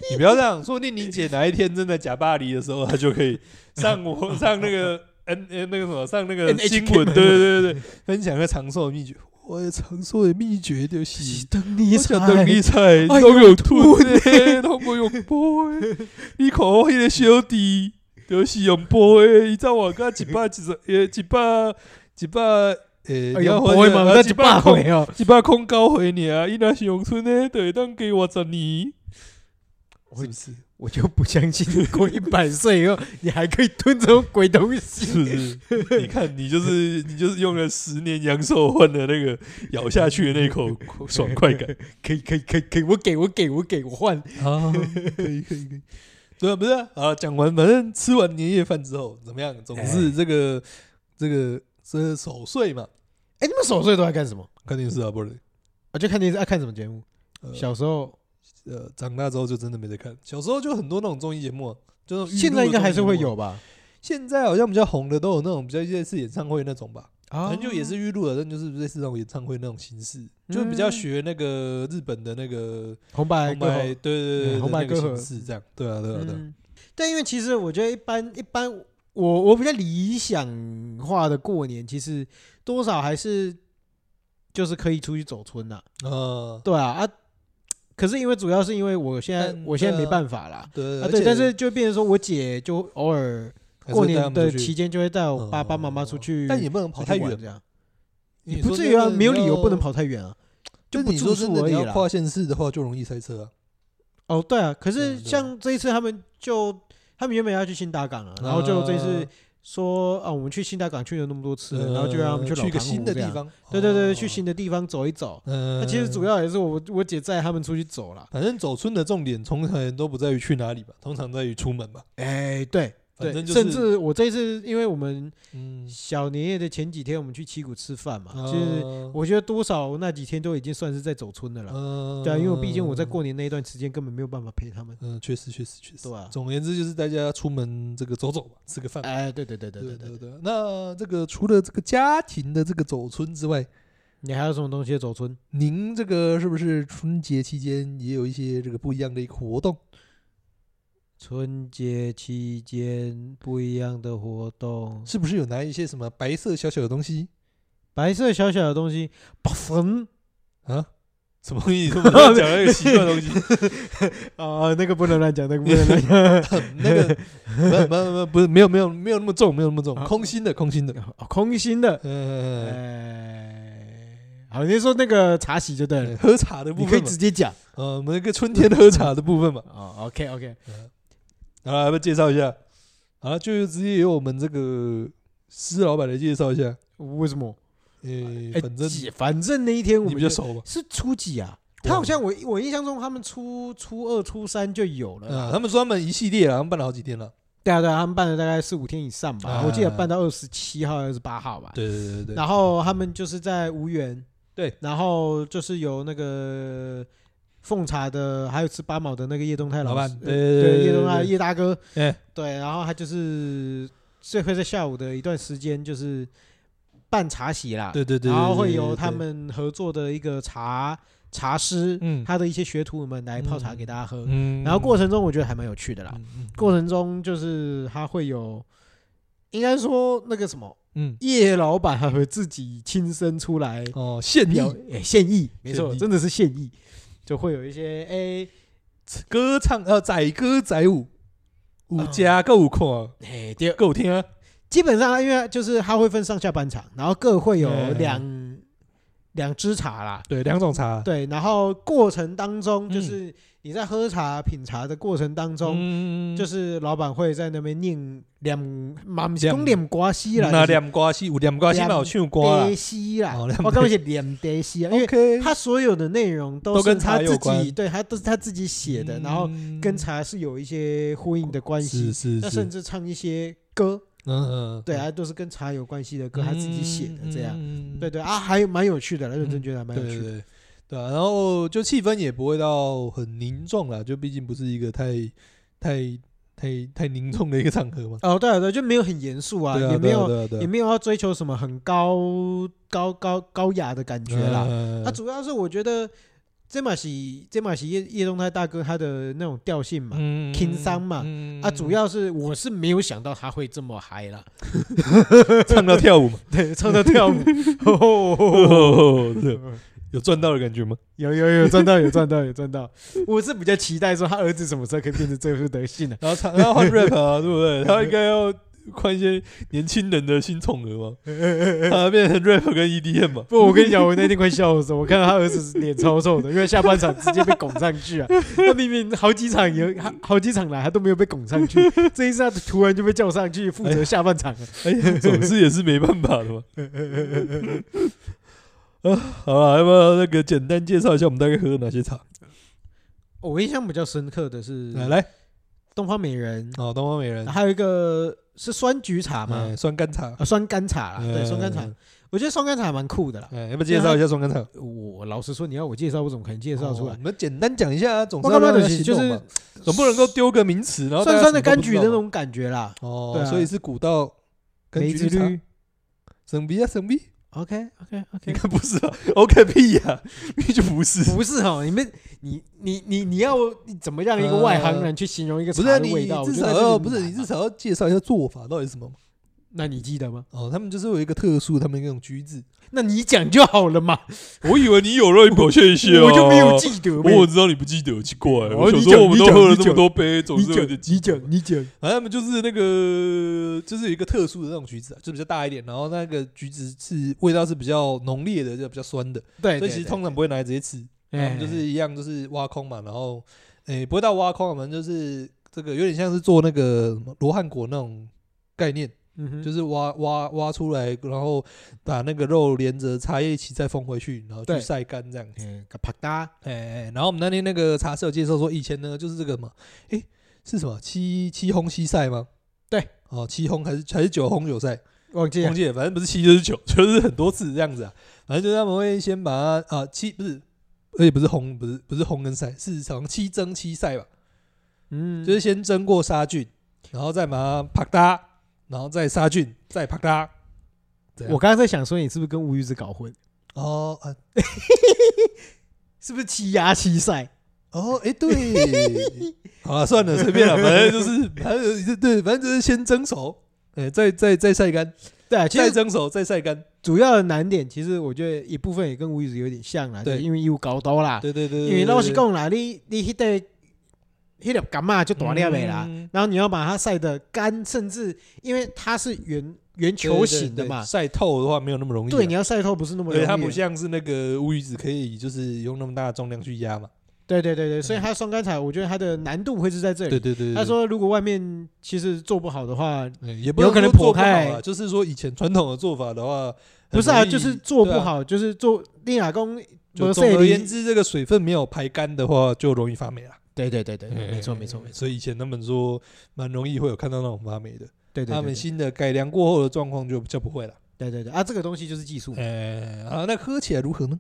你不要这样，说不定你姐哪一天真的假巴黎的时候，她就可以上我上那个 N N 那个什么，上那个 NHK 新闻，对对对对，分享一个长寿的秘诀。我的长寿的秘诀就是喜登尼嗯我彩想等你菜哎拢有呦吞的，拢无用剥的。你看我迄个小弟，就是用剥的，伊才活到一百一十，呃，一百一百，呃， 哎呦，不会嘛，那一百回空，哦。一百空高回你啊！伊若是用村的，就会当给我十年，我是不是？”我就不相信，过一百岁以后你还可以吞这种鬼东是西。不是？你看，你就是 你就是用了十年阳寿换了那个咬下去的那口爽 快感。可以，可以，可以，可以，我给我给我给我换。啊，可以可以可以。对啊，不是啊，好讲完，反正吃完年夜饭之后怎么样？总是这个、这个这守岁嘛，哎，你们守岁都在干什么？看电视啊，不是？我就看电视，啊爱看什么节目？呃小时候，呃，长大之后就真的没得看。小时候就很多那种综艺节目啊、就那种娱乐现在应该还是会综艺节目啊。有吧？现在好像比较红的都有那种比较类似演唱会那种吧，啊反正就也是预录的，但就是类似那种演唱会那种形式，嗯就比较学那个日本的那个红白红歌后白，对对对，嗯红白歌歌形合式这样。对啊对啊对啊，嗯，但因为其实我觉得一般一般，我我比较理想化的过年，其实多少还是就是可以出去走村呐、啊对啊啊。可是因为主要是因为我现在但我现在对啊没办法啦对啊，而对，且但是就变成说我姐就偶尔还是过会带他年们的出去嗯期间就会带我爸爸妈妈出去，但也不能跑太远这，样，你不说至真于啊，的没有你理由要不能。跑太远啊，就就不你住说真宿的，而你已要啦。跨县市的话，就容易塞车啊。哦，对啊，可嗯是对像这一次他们就他们原本要去新达港啊，然后就这一次啊说啊，我们去新大港去了那么多次了，然后就让他们呃去去老一个糖新葫的这地样。方，对对对，哦去新的地方走一走。呃，那其实主要也是我我姐载他们出去走了。反正走村的重点通常都不在于去哪里吧，通常在于出门吧。哎，对反正对，就是甚至我这一次，因为我们嗯，小年夜的前几天，我们去七股吃饭嘛，就是呃我觉得多少那几天都已经算是在走村的了啦。呃对啊，因为我毕竟我在过年那一段时间根本没有办法陪他们。嗯，确实确实确实。对啊总而言之就是大家出门这个走走吧，吃个饭吧。哎，对对对对对对对对，对。那这个除了这个家庭的这个走村之外，你还有什么东西走村？您这个是不是春节期间也有一些这个不一样的一个活动？春节期间不一样的活动，是不是有拿一些什么白色小小的东西白色小小的东西，粉啊？什么 意思？我们刚刚讲了一个奇怪的东西，啊，那个不能乱讲，那个不能乱讲。 那个没没没不是没有没有没有那么重，没有那么重，啊空心的空心的。 哦空心的，呃，哎，好，你说那个茶席就对了，呃喝茶的部你可以分嘛直，接讲。呃，我们那个春天喝茶的部分 嘛。哦，OK OK，好了，要不要介绍一下？啊，就是直接由我们这个施老板来介绍一下。为什么？呃，哎反正几反正那一天我你们比较就熟吧？是初几啊？我他好像我我印象中他们初初二、初三就有了啦。嗯，他们说他们一系列啊，他们办了好几天了。对啊对啊，他们办了大概四五天以上吧，啊我记得办到二十七号、二十八号吧。对对对对然后他们就是在无缘，对，然后就是有那个奉茶的，还有吃八毛的那个叶东泰老老板师，，对呃对叶东泰对叶大哥，对，哎，对，然后他就是最会在下午的一段时间就是办茶席啦，对对对，然后会有由他，们合作的一个茶茶师，嗯他的一些学徒们来泡茶嗯给大家喝，嗯，然后过程中我觉得还蛮有趣的啦。嗯，嗯过程中就是他会有，应该说那个什么嗯，叶老板还会自己亲身出来哦，现表役诶献艺，没献错，艺真的是献艺，就会有一些诶歌唱呃，载歌载舞，啊有家够看，诶，哎第二够听啊，基本上因为就是他会分上下半场，然后各会有嗯两两支茶啦，对，两种茶，对，然后过程当中嗯就是你在喝茶品茶的过程当中。嗯就是老板会在那边念念，嘛不是念讲念歌西啦，那就是念歌戏，有念歌戏嘛，有唱歌啦德西啦哦那，我刚刚写连德西啊，因为，OK，他所有的内容都都是跟他茶自有关己对他都是他自己写嗯的，然后跟茶是有一些呼应的关系是。是那是，甚至唱一些歌，嗯嗯，对啊，都是跟茶有关系的歌，他自己写的这样。样对对啊，还有蛮有趣的啦，认真觉得还蛮有嗯对趣的。对对啊，然后就气氛也不会到很凝重啦，就毕竟不是一个太太太太凝重的一个场合嘛，哦，对啊对啊，就没有很严肃啊，对啊也没对啊有对啊对啊也没有要追求什么很高高高高雅的感觉啦。嗯那、主要是我觉得这马喜这马喜叶叶东泰大哥他的那种调性嘛，嗯轻商嘛嗯啊，主要是我是没有想到他会这么嗨啦，唱到跳 舞嘛，对，唱着跳舞，哦，对有赚到的感觉吗？有有有赚到有赚到有赚 到，我是比较期待说他儿子什么时候可以变成这副德性啊呢、然后 唱，然 后换 rap 啊，对不对？他应该要换一些年轻人的新宠儿 嘛，他变成 rap 跟 EDM 嘛。不，我跟你讲，我那天快笑死，我看到他儿子脸超臭的，因为下半场直接被拱上 去啊，他明明好几场有好好几场来他都没有被拱上去，这一次他突然就被叫上去负责下半场了。哎， 总是也是没办法的嘛。 啊，好了，要不要那个简单介绍一下我们大概喝了哪些茶？我印象比较深刻的是来来，东方美人，哦，东方美人，还有一个是酸橘茶嘛哎，，酸甘茶，啊，酸甘茶啦，对，酸甘茶嗯，，我觉得酸甘茶还蛮酷的啦。哎，要不要介绍一下酸甘茶？我老实说，你要我介绍，我怎么可能介绍出哦来我？们简单讲一下啊，总我是要干嘛让的人是形就容是嘛，总不能够丢个名词，然后大酸家酸的什么都柑不橘知的道那嘛种感觉啦，对哦啊，所以是古道柑梅橘子绿茶，绿。省比啊 省比， OK OK 应 OK，该不是吧？OK 屁呀， 就不是，不是哈，你们你你你你要你怎么让一个外行人去形容一个不茶是啊的你味道？至我觉得少这要很不是难你至嘛，少要介绍一下做法到底是什么嘛？那你记得吗？哦，他们就是有一个特殊，他们那种橘子。那你讲就好了 嘛，我以为你有让你表现一下、啊，哦我就没有，记得嘛。我知道你不记得，奇怪、哦我想你说讲我们你都讲喝了你这么讲多杯，总你是有讲点记你讲你讲，反正他们就是那个，就是有一个特殊的那种橘子、啊，就比较大一点，然后那个橘子是味道是比较浓烈的，就比较酸的，对，对所以其实对通常不会拿来直接吃，哎他们就是一样就是挖空嘛，然后诶、不啊会到挖空，我们就是这个有点像是做那个什么罗汉果那种概念，嗯哼，就是是挖挖挖出来，然后把那个肉连着茶叶一起再封回去，然后去对晒干这样子。嗯，个啪嗒，哎、然后我们那天那个茶社有介绍说，以前呢就是这个嘛，哎、是什么七七烘七晒吗？对，哦，七烘还是还是九烘九晒，忘记忘了，记了，反正不是七就是九，就是很多次这样子啊。反正就是他们会先把它啊七不是，而且不是烘，不是不是烘跟晒，是好像七蒸七晒吧，嗯，就是先蒸过杀菌，然后再把它啪嗒，然后再杀菌，再啪嗒。这样我刚刚在想说，你是不是跟吴玉子搞混？哦啊是不是欺压欺赛？哦，哎、对， 好了，算了，随 便了，反正就是，反正就是对，反正就是先蒸熟，哎、再再再晒干，对啊，其再实蒸熟，再晒干，主要的难点，其实我觉得一部分也跟吴玉子有点像啦，对就是因为义务高多啦，对对对对啊因为老实够讲啦，你你迄块迄粒柑嘛就大粒的啦，嗯然后你要把它晒得干，甚至因为它是圆圆球形的嘛，晒透的话没有那么容易啊、对，你要晒透不是那么而容且易它不的。像是那个乌鱼子，可以就是用那么大的重量去压嘛。对对对对，所以它双干彩，我觉得它的难度会是在这对里。对对，对他，说，如果外面其实做不好的话，嗯也不有能可能说做破不好开啊，就是说以前传统的做法的话，不是啊，就是做不。对啊好，就是做你阿公啊就总而言，之，这个水分没有排干的话，就容易发霉啦。对对对对对，没错嗯没错没错，所以以前他们说蛮容易会有看到那种发霉的，对对他们对新的改良过后的状况就比较不会了。对对对啊，这个东西就是技术，呃哎，啊，那喝起来如何呢？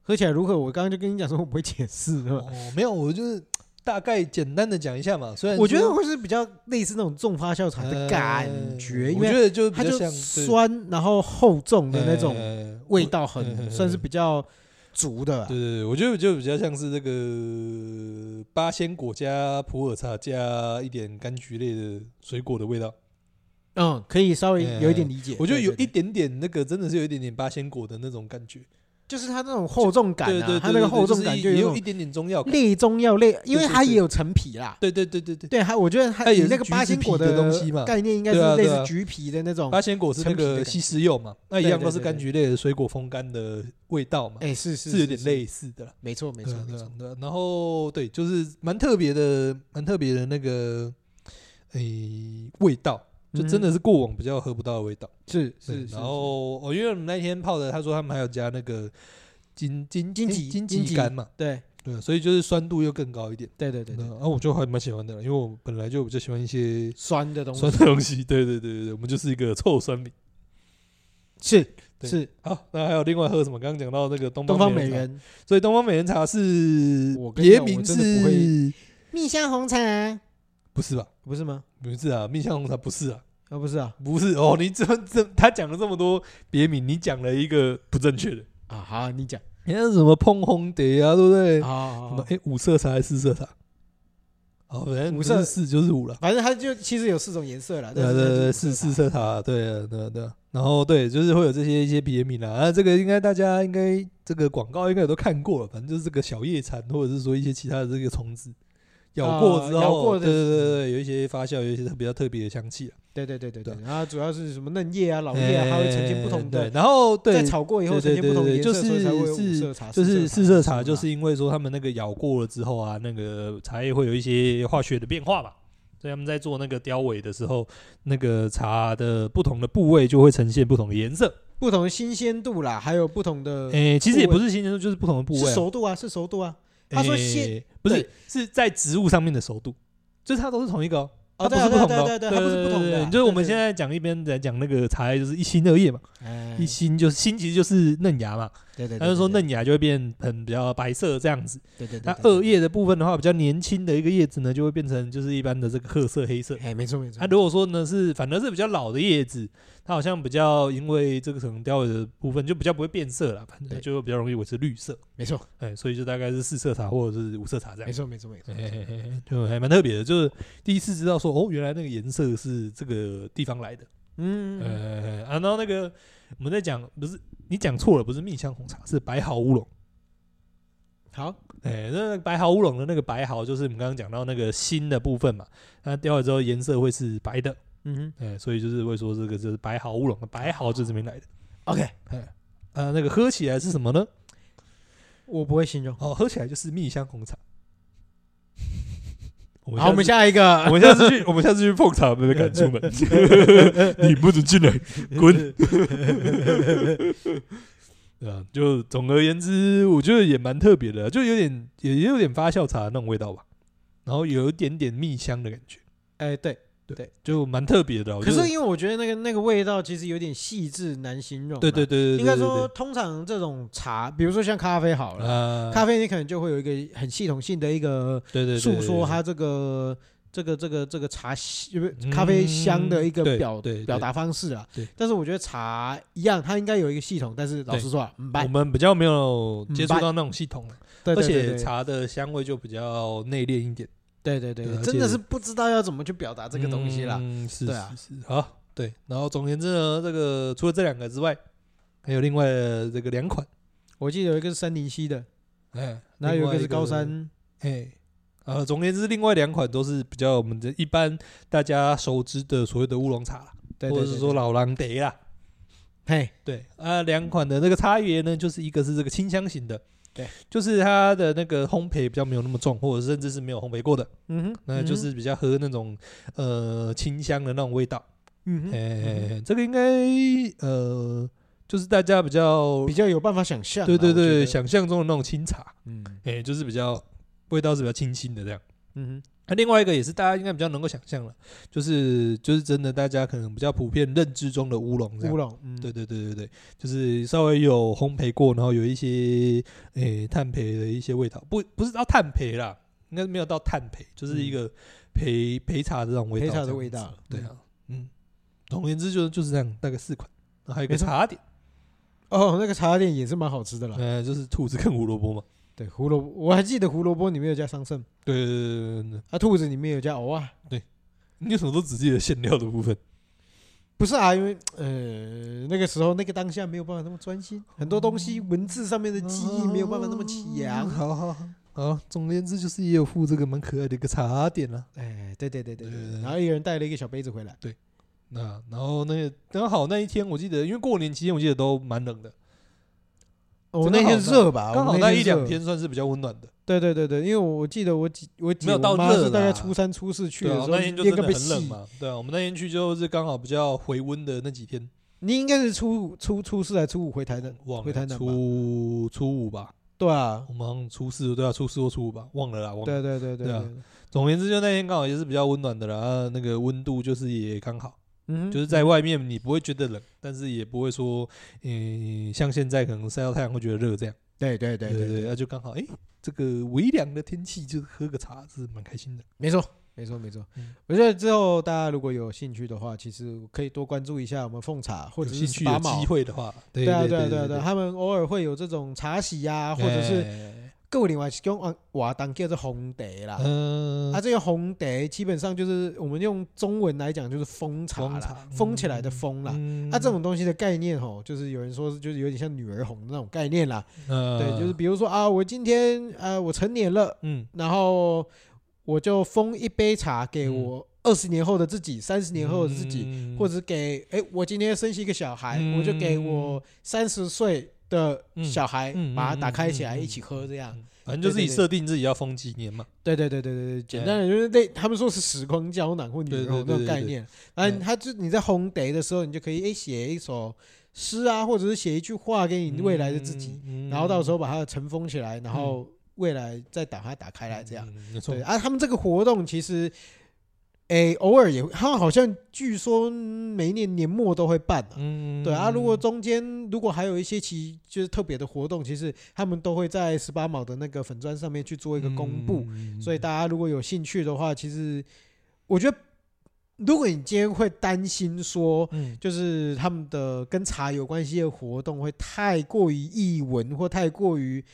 喝起来如何？我刚刚就跟你讲说我不会解释，对吧？哦，没有，我就是大概简单的讲一下嘛。虽然我觉得说会是比较类似那种重发酵茶的感觉，呃因我觉为得就比它较就像对酸，然后厚重的那种呃味道啊嗯嗯嗯很嗯算是比较足的我啦对。对对，我觉得就比较像是那个八仙果加普洱茶加一点柑橘类的水果的味道。嗯，可以稍微有一点理解。呃我觉得有对对一对点点那个，真的是有一点点八仙果的那种感觉。就是它那种厚重感对对啊对，，它那个对厚就重是感一就也有有一一种点点中药感。类中药类，因为对对它也对有陈皮啦。对对对对对，对它，我觉得它它也以是那个橘八子仙皮果的东西嘛概念，应该对啊是类对似啊橘皮的那种。八仙果是那陈皮的个感觉西施柚嘛，那一对样对都是对柑对橘类的水果风干的味道嘛，哎，是是是有点，类似的啦。没错没对错啊没对啊错。对啊然后对，就是蛮特别的，蛮特别的那个诶味道，就真的是过往比较喝不到的味道。是对嗯是，是然后哦，因为我们那天泡的，他说他们还有加那个金金荆诶棘荆荆棘棘干嘛，对对啊，所以就是酸度又更高一点。对对对对对啊，，啊我就还蛮喜欢的啦，因为我本来就比较喜欢一些酸的东西酸的东西。对对对对对，我们就是一个臭酸饼。是对是好，那还有另外喝什么？刚刚讲到那个东东方美美茶，人所以东方美人茶是我跟你别讲我名真的不会是，蜜香红茶，不是吧？不是吗？不是啊，蜜香红茶不是啊，啊，不是啊不是哦。你这这他讲了这么多别名，你讲了一个不正确的，啊，好，你讲你看什么碰红蝶啊，对不对？什啊么，哎五色茶还是四色茶？哦，反正五不色是四就是五了。反正它就其实有四种颜色啦，对但啊是对它就啊对啊，不四是四吧色茶，对啊对啊对啊。然后对，就是会有这些一些别名啦。啊，这个应该大家应该这个广告应该也都看过了，反正就是这个小叶蝉，或者是说一些其他的这个虫子，咬过啊之咬后，过对的嗯对对对对，有一些发酵，有一些比较特别的香气啊。对对对对对，对然后主要是什么嫩叶啊、老叶啊，它会呈现不同哎的，对然后对在，炒过以后对呈对现不同的对颜对色，就是所以才会有五是色茶，就四是四色茶，什么就是啦因为说他们那个咬过了之后啊，那个茶叶会有一些化学的变化嘛，所以他们在做那个雕尾的时候，那个茶的不同的部位就会呈现不同的颜色。不同的新鲜度啦，还有不同的诶，其实也呃部位不是新鲜度，就是不同的部位是啊。熟度啊，是熟度啊。他说鲜诶不是是在植物上面的熟度，就是它都是同一个哦。哦它不对啊是不同的哦，对啊对啊对啊它不是不同的啊对对对对就是我们对对现在讲一边在讲那个茶叶，就是一心二叶嘛，哎一心就是心其实就是嫩芽嘛，对对，他就说那嫩芽就会变很比较白色这样子。对对，对那对二叶的部分的话，比较年轻的一个叶子呢，就会变成就是一般的这个褐色、黑色。哎，没错没错那、，如果说呢是反而是比较老的叶子，它好像比较因为这个可能凋萎的部分就比较不会变色了，反正它对就会比较容易维持绿色。没错哎，所以就大概是四色茶或者是五色茶这没样。错没错没错哎，哎哎哎就还蛮特别的，就是第一次知道说哦，原来那个颜色是这个地方来的。嗯，呃、啊，然后那个我们在讲不是你讲错了，不是蜜香红茶，是白毫乌龙。好，哎、那个白毫乌龙的那个白毫，就是我们刚刚讲到那个心的部分嘛，它掉了之后颜色会是白的，嗯哎、所以就是会说这个就是白毫乌龙，白毫就是这边来的。哼，OK，哦呃，那个喝起来是什么呢？我不会形容。哦，喝起来就是蜜香红茶。 我好，我们下下一次个 我，们下次去，我们下次去碰茶，被赶 出门。你不准进来，滚！ 对啊，就总而言之，我觉得也蛮特别的啊，就有点也也有点发酵茶的那种味道吧，然后有一点点蜜香的感觉，哎，对，就蛮特别的啊。我可觉得是因为我觉得那个那个味道其实有点细致难形容啊，对对对对，对应该对说对通常这种茶，比如说像咖啡好了，啊，咖啡你可能就会有一个很系统性的一个对对对诉说对它这个这个这个这个茶香不是嗯咖啡香的一个对表对对表达方式啊对。但是我觉得茶一样，它应该有一个系统，但是老实说啊，嗯，我拜，们比较没有接嗯触拜到那种系统啊，对而对对且对茶的香味就比较内敛一点，对对对对对，而真的且是不知道要怎么去表达这个东西啦。嗯，是对啊是是，好，对。然后总而言之呢，这个除了这两个之外，还有另外的这个两款，我记得有一个是山林溪的，哎，然后有嗯另一外个是嗯高，山，哎。呃，总而言之，另外两款都是比较我们的一般大家熟知的所谓的乌龙茶啦，对或对者是对说对老狼得啦，嘿，对啊，两款的那个差别呢，就是一个是这个清香型的，对，就是它的那个烘焙比较没有那么重，或者甚至是没有烘焙过的，嗯哼，那就嗯哼是比较喝那种呃清香的那种味道。嗯哼嗯哼，哎，这个应该呃，就是大家比较比较有办法想象啊。对对我觉对得，想象中的那种清茶，嗯哎，就是比较味道是比较清新的这样。嗯哼，那另外一个也是大家应该比较能够想象了，就是就是真的大家可能比较普遍认知中的乌龙这样乌。龙，嗯对对对对对，就是稍微有烘焙过，然后有一些诶、炭焙的一些味道，不不是到炭焙啦，应该没有到炭焙，就是一个焙焙茶的这种味道，嗯焙茶这的样味子道对啊，嗯，总而言之就是就是这样，大概四款，然后还有一个没错茶点，哦，那个茶店也是蛮好吃的啦。呃，就是兔子跟胡萝卜嘛，对，胡萝卜，我还记得胡萝卜里面有加桑葚，对对对对对对，啊，兔子里面有加藕啊。你为什么都只记得馅料的部分？不是啊，因为呃那个时候那个当下没有办法那么专心，很多东西文字上面的记忆没有办法那么嗯强。 好好好。好，总而言之就是也有附这个蛮可爱的一个茶点啦、哎，对对对对对对对，对然后一个人带了一个小杯子回来，那然后那个刚好那一天，我记得因为过年期间，我记得都蛮冷的，我真的那天好热吧，刚啊我好那天一两热。天算是比较温暖的。对对对对，因为我记得我姐我姐没有到我妈是热大概啦初三初四去的对时啊，候，那天就那真个的被很冷洗。嘛。对啊，我们那天去就是刚好比较回温的那几天，你应该是初五初初四还初五回台的，忘回台了南吧初初五吧，对啊我，们好像初四对啊，初四或初五吧，忘了啦，忘了。对对对对对啊对，总而言之，就那天刚好也是比较温暖的啦，啊那个温度就是也刚好，嗯，就是在外面你不会觉得冷，但是也不会说，嗯，像现在可能晒到太阳会觉得热这样。对对对对对，那就刚好哎，这个微凉的天气，就是喝个茶是蛮开心的。没错，没错，没错嗯。我觉得之后大家如果有兴趣的话，其实可以多关注一下我们凤茶或有者兴是趣十有八毛机。会的话，对对啊，对对啊，对对啊，对啊，他们偶尔会有这种茶席呀，或者是哎各位另外用瓦当叫做红茶啦。嗯啊，这个红茶基本上就是我们用中文来讲就是封茶封啦茶，封起来的封啦。嗯啊，这种东西的概念吼，就是有人说是就是有点像女儿红的那种概念啦。呃对，就是比如说啊，我今天呃我成年了，嗯，然后我就封一杯茶给我二十年后的自己、三十年后的自己，嗯或者是给哎，我今天生起一个小孩，嗯我就给我三十岁的小孩、嗯嗯把它打开起来嗯嗯嗯一起喝，这样。嗯反正就自己设定自己要封几年嘛。对对对对对对，简单的就是类，他们说是时光胶囊或女对对儿对那种对概对念。嗯，嗯他就你在烘焙的时候，你就可以哎写一首诗啊，或者是写一句话给你未来的自己，嗯，然后到时候候把它尘封起来，然后未来再把它打开来，这样。，嗯没错对，啊，他们这个活动其实，诶、偶尔也会，他们好像据说每一年年末都会办、啊嗯对啊，如果中间如果还有一些其就是特别的活动，其实他们都会在十八毛的那个粉砖上面去做一个公布。，嗯所以大家如果有兴趣的话，其实我觉得，如果你今天会担心说，嗯就是他们的跟茶有关系的活动会太过于译文或太过于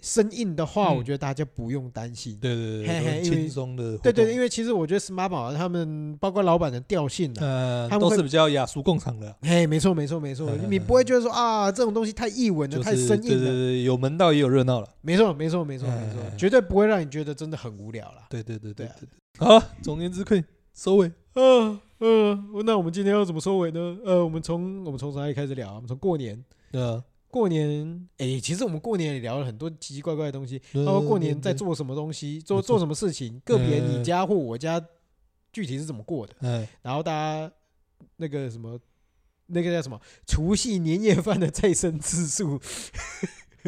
生硬的话，嗯我觉得大家不用担心。对嘿对对嘿对，都是因为轻松的活动，对对，因为其实我觉得 Smart 宝他们包括老板的调性啊，呃他们都会是比较雅俗共赏的啦，嘿，没错没错没错，嗯嗯嗯嗯你不会觉得说啊这种东西太译文了，就是太生对对硬了，对，有门道也有热闹了。没错没错没错没嗯嗯错，嗯绝对不会让你觉得真的很无聊啦。对对对对对啊对对。好，总而言之，可以收尾。嗯呃嗯，那我们今天要怎么收尾呢？呃，我们从我们从哪里开始聊啊？我们从过年呃，过年，诶，其实我们过年也聊了很多奇奇怪怪的东西，对包括过年在呃对做什么东西，做没做错什么事情，个别嗯你家或我家具体是怎么过的，哎，然后大家那个什么。那个叫什么？除夕年夜饭的再生次数，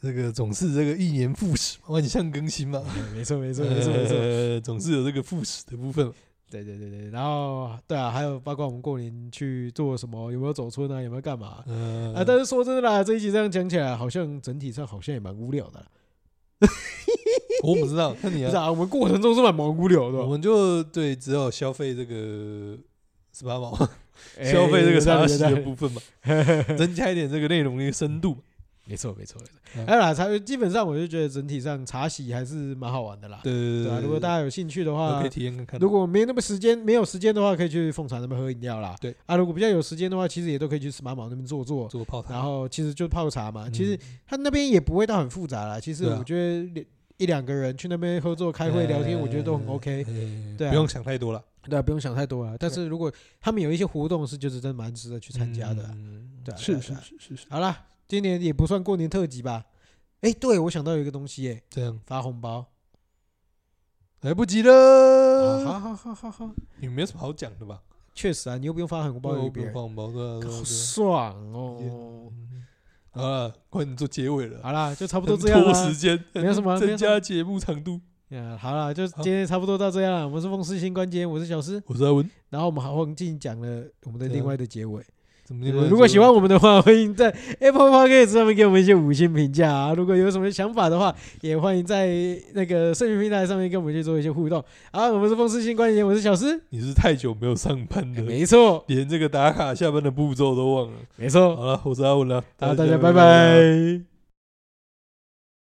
这个总是这个一年复始，万象更新嘛，哎没错，没错，没错，没错。呃，总是有这个复始的部分嘛。对对对对，然后对啊，还有包括我们过年去做什么，有没有走村啊，有没有干嘛啊？嗯但是说真的啦，这一集这样讲起来，好像整体上好像也蛮无聊的啦。我不知道，看你不是啊，啊，我们过程中是蛮蛮无聊的 我吧，们就对只有消费这个十八毛，哎消费这个啥茶席的部分嘛，增加一点这个内容的深度嘛。 没错没错没错。嗯还有啦，茶基本上我就觉得整体上茶席还是蛮好玩的啦。对对对对啊，对，如果大家有兴趣的都话可以，体验看看。如果没那么时间，没有时间的话，可以去凤茶那边喝饮料啦。对啊，如果比较有时间的话，其实也都可以去司马宝那边坐坐。做泡汤，然后其实就泡茶嘛，嗯其实他那边也不会到很复杂啦。其实对啊我觉得两一两个人去那边合作、开会、聊天，我觉得都很呃 OK。呃对啊不用想太多了，对啊，不用想太多了。但是如果他们有一些活动是，就是真的蛮值得去参加的啊。嗯对啊对是啊是对啊是是是，好啦，今年也不算过年特辑吧？哎，对，我想到有一个东西，哎，这样发红包。来不及啊了，好好好好好，也没什么好讲的吧？确实啊，你又不用发红包我给不别用人，放红包的，对啊好对啊爽哦。嗯好了，快点做结尾了，好啦，啊就差不不多这样拖时啦。间，没有什么没有增什么加节目长度。嗯，好啦，就今天差不多到这样啦。我们是风湿性关节，我是小诗。我是阿文，然后我们好忘记讲了我们的另外的结尾。怎么对另外如果结喜尾欢我们的话，欢迎在 Apple Podcast 上面给我们一些五星评价啊。如果有什么想法的话，也欢迎在那个社群平台上面跟我们去做一些互动。好，我们是风湿性关节炎，我是小诗。你是太久没有上班了，哎没错，连这个打卡下班的步骤都忘了。没错。好了，我是阿文了，好，大家拜拜拜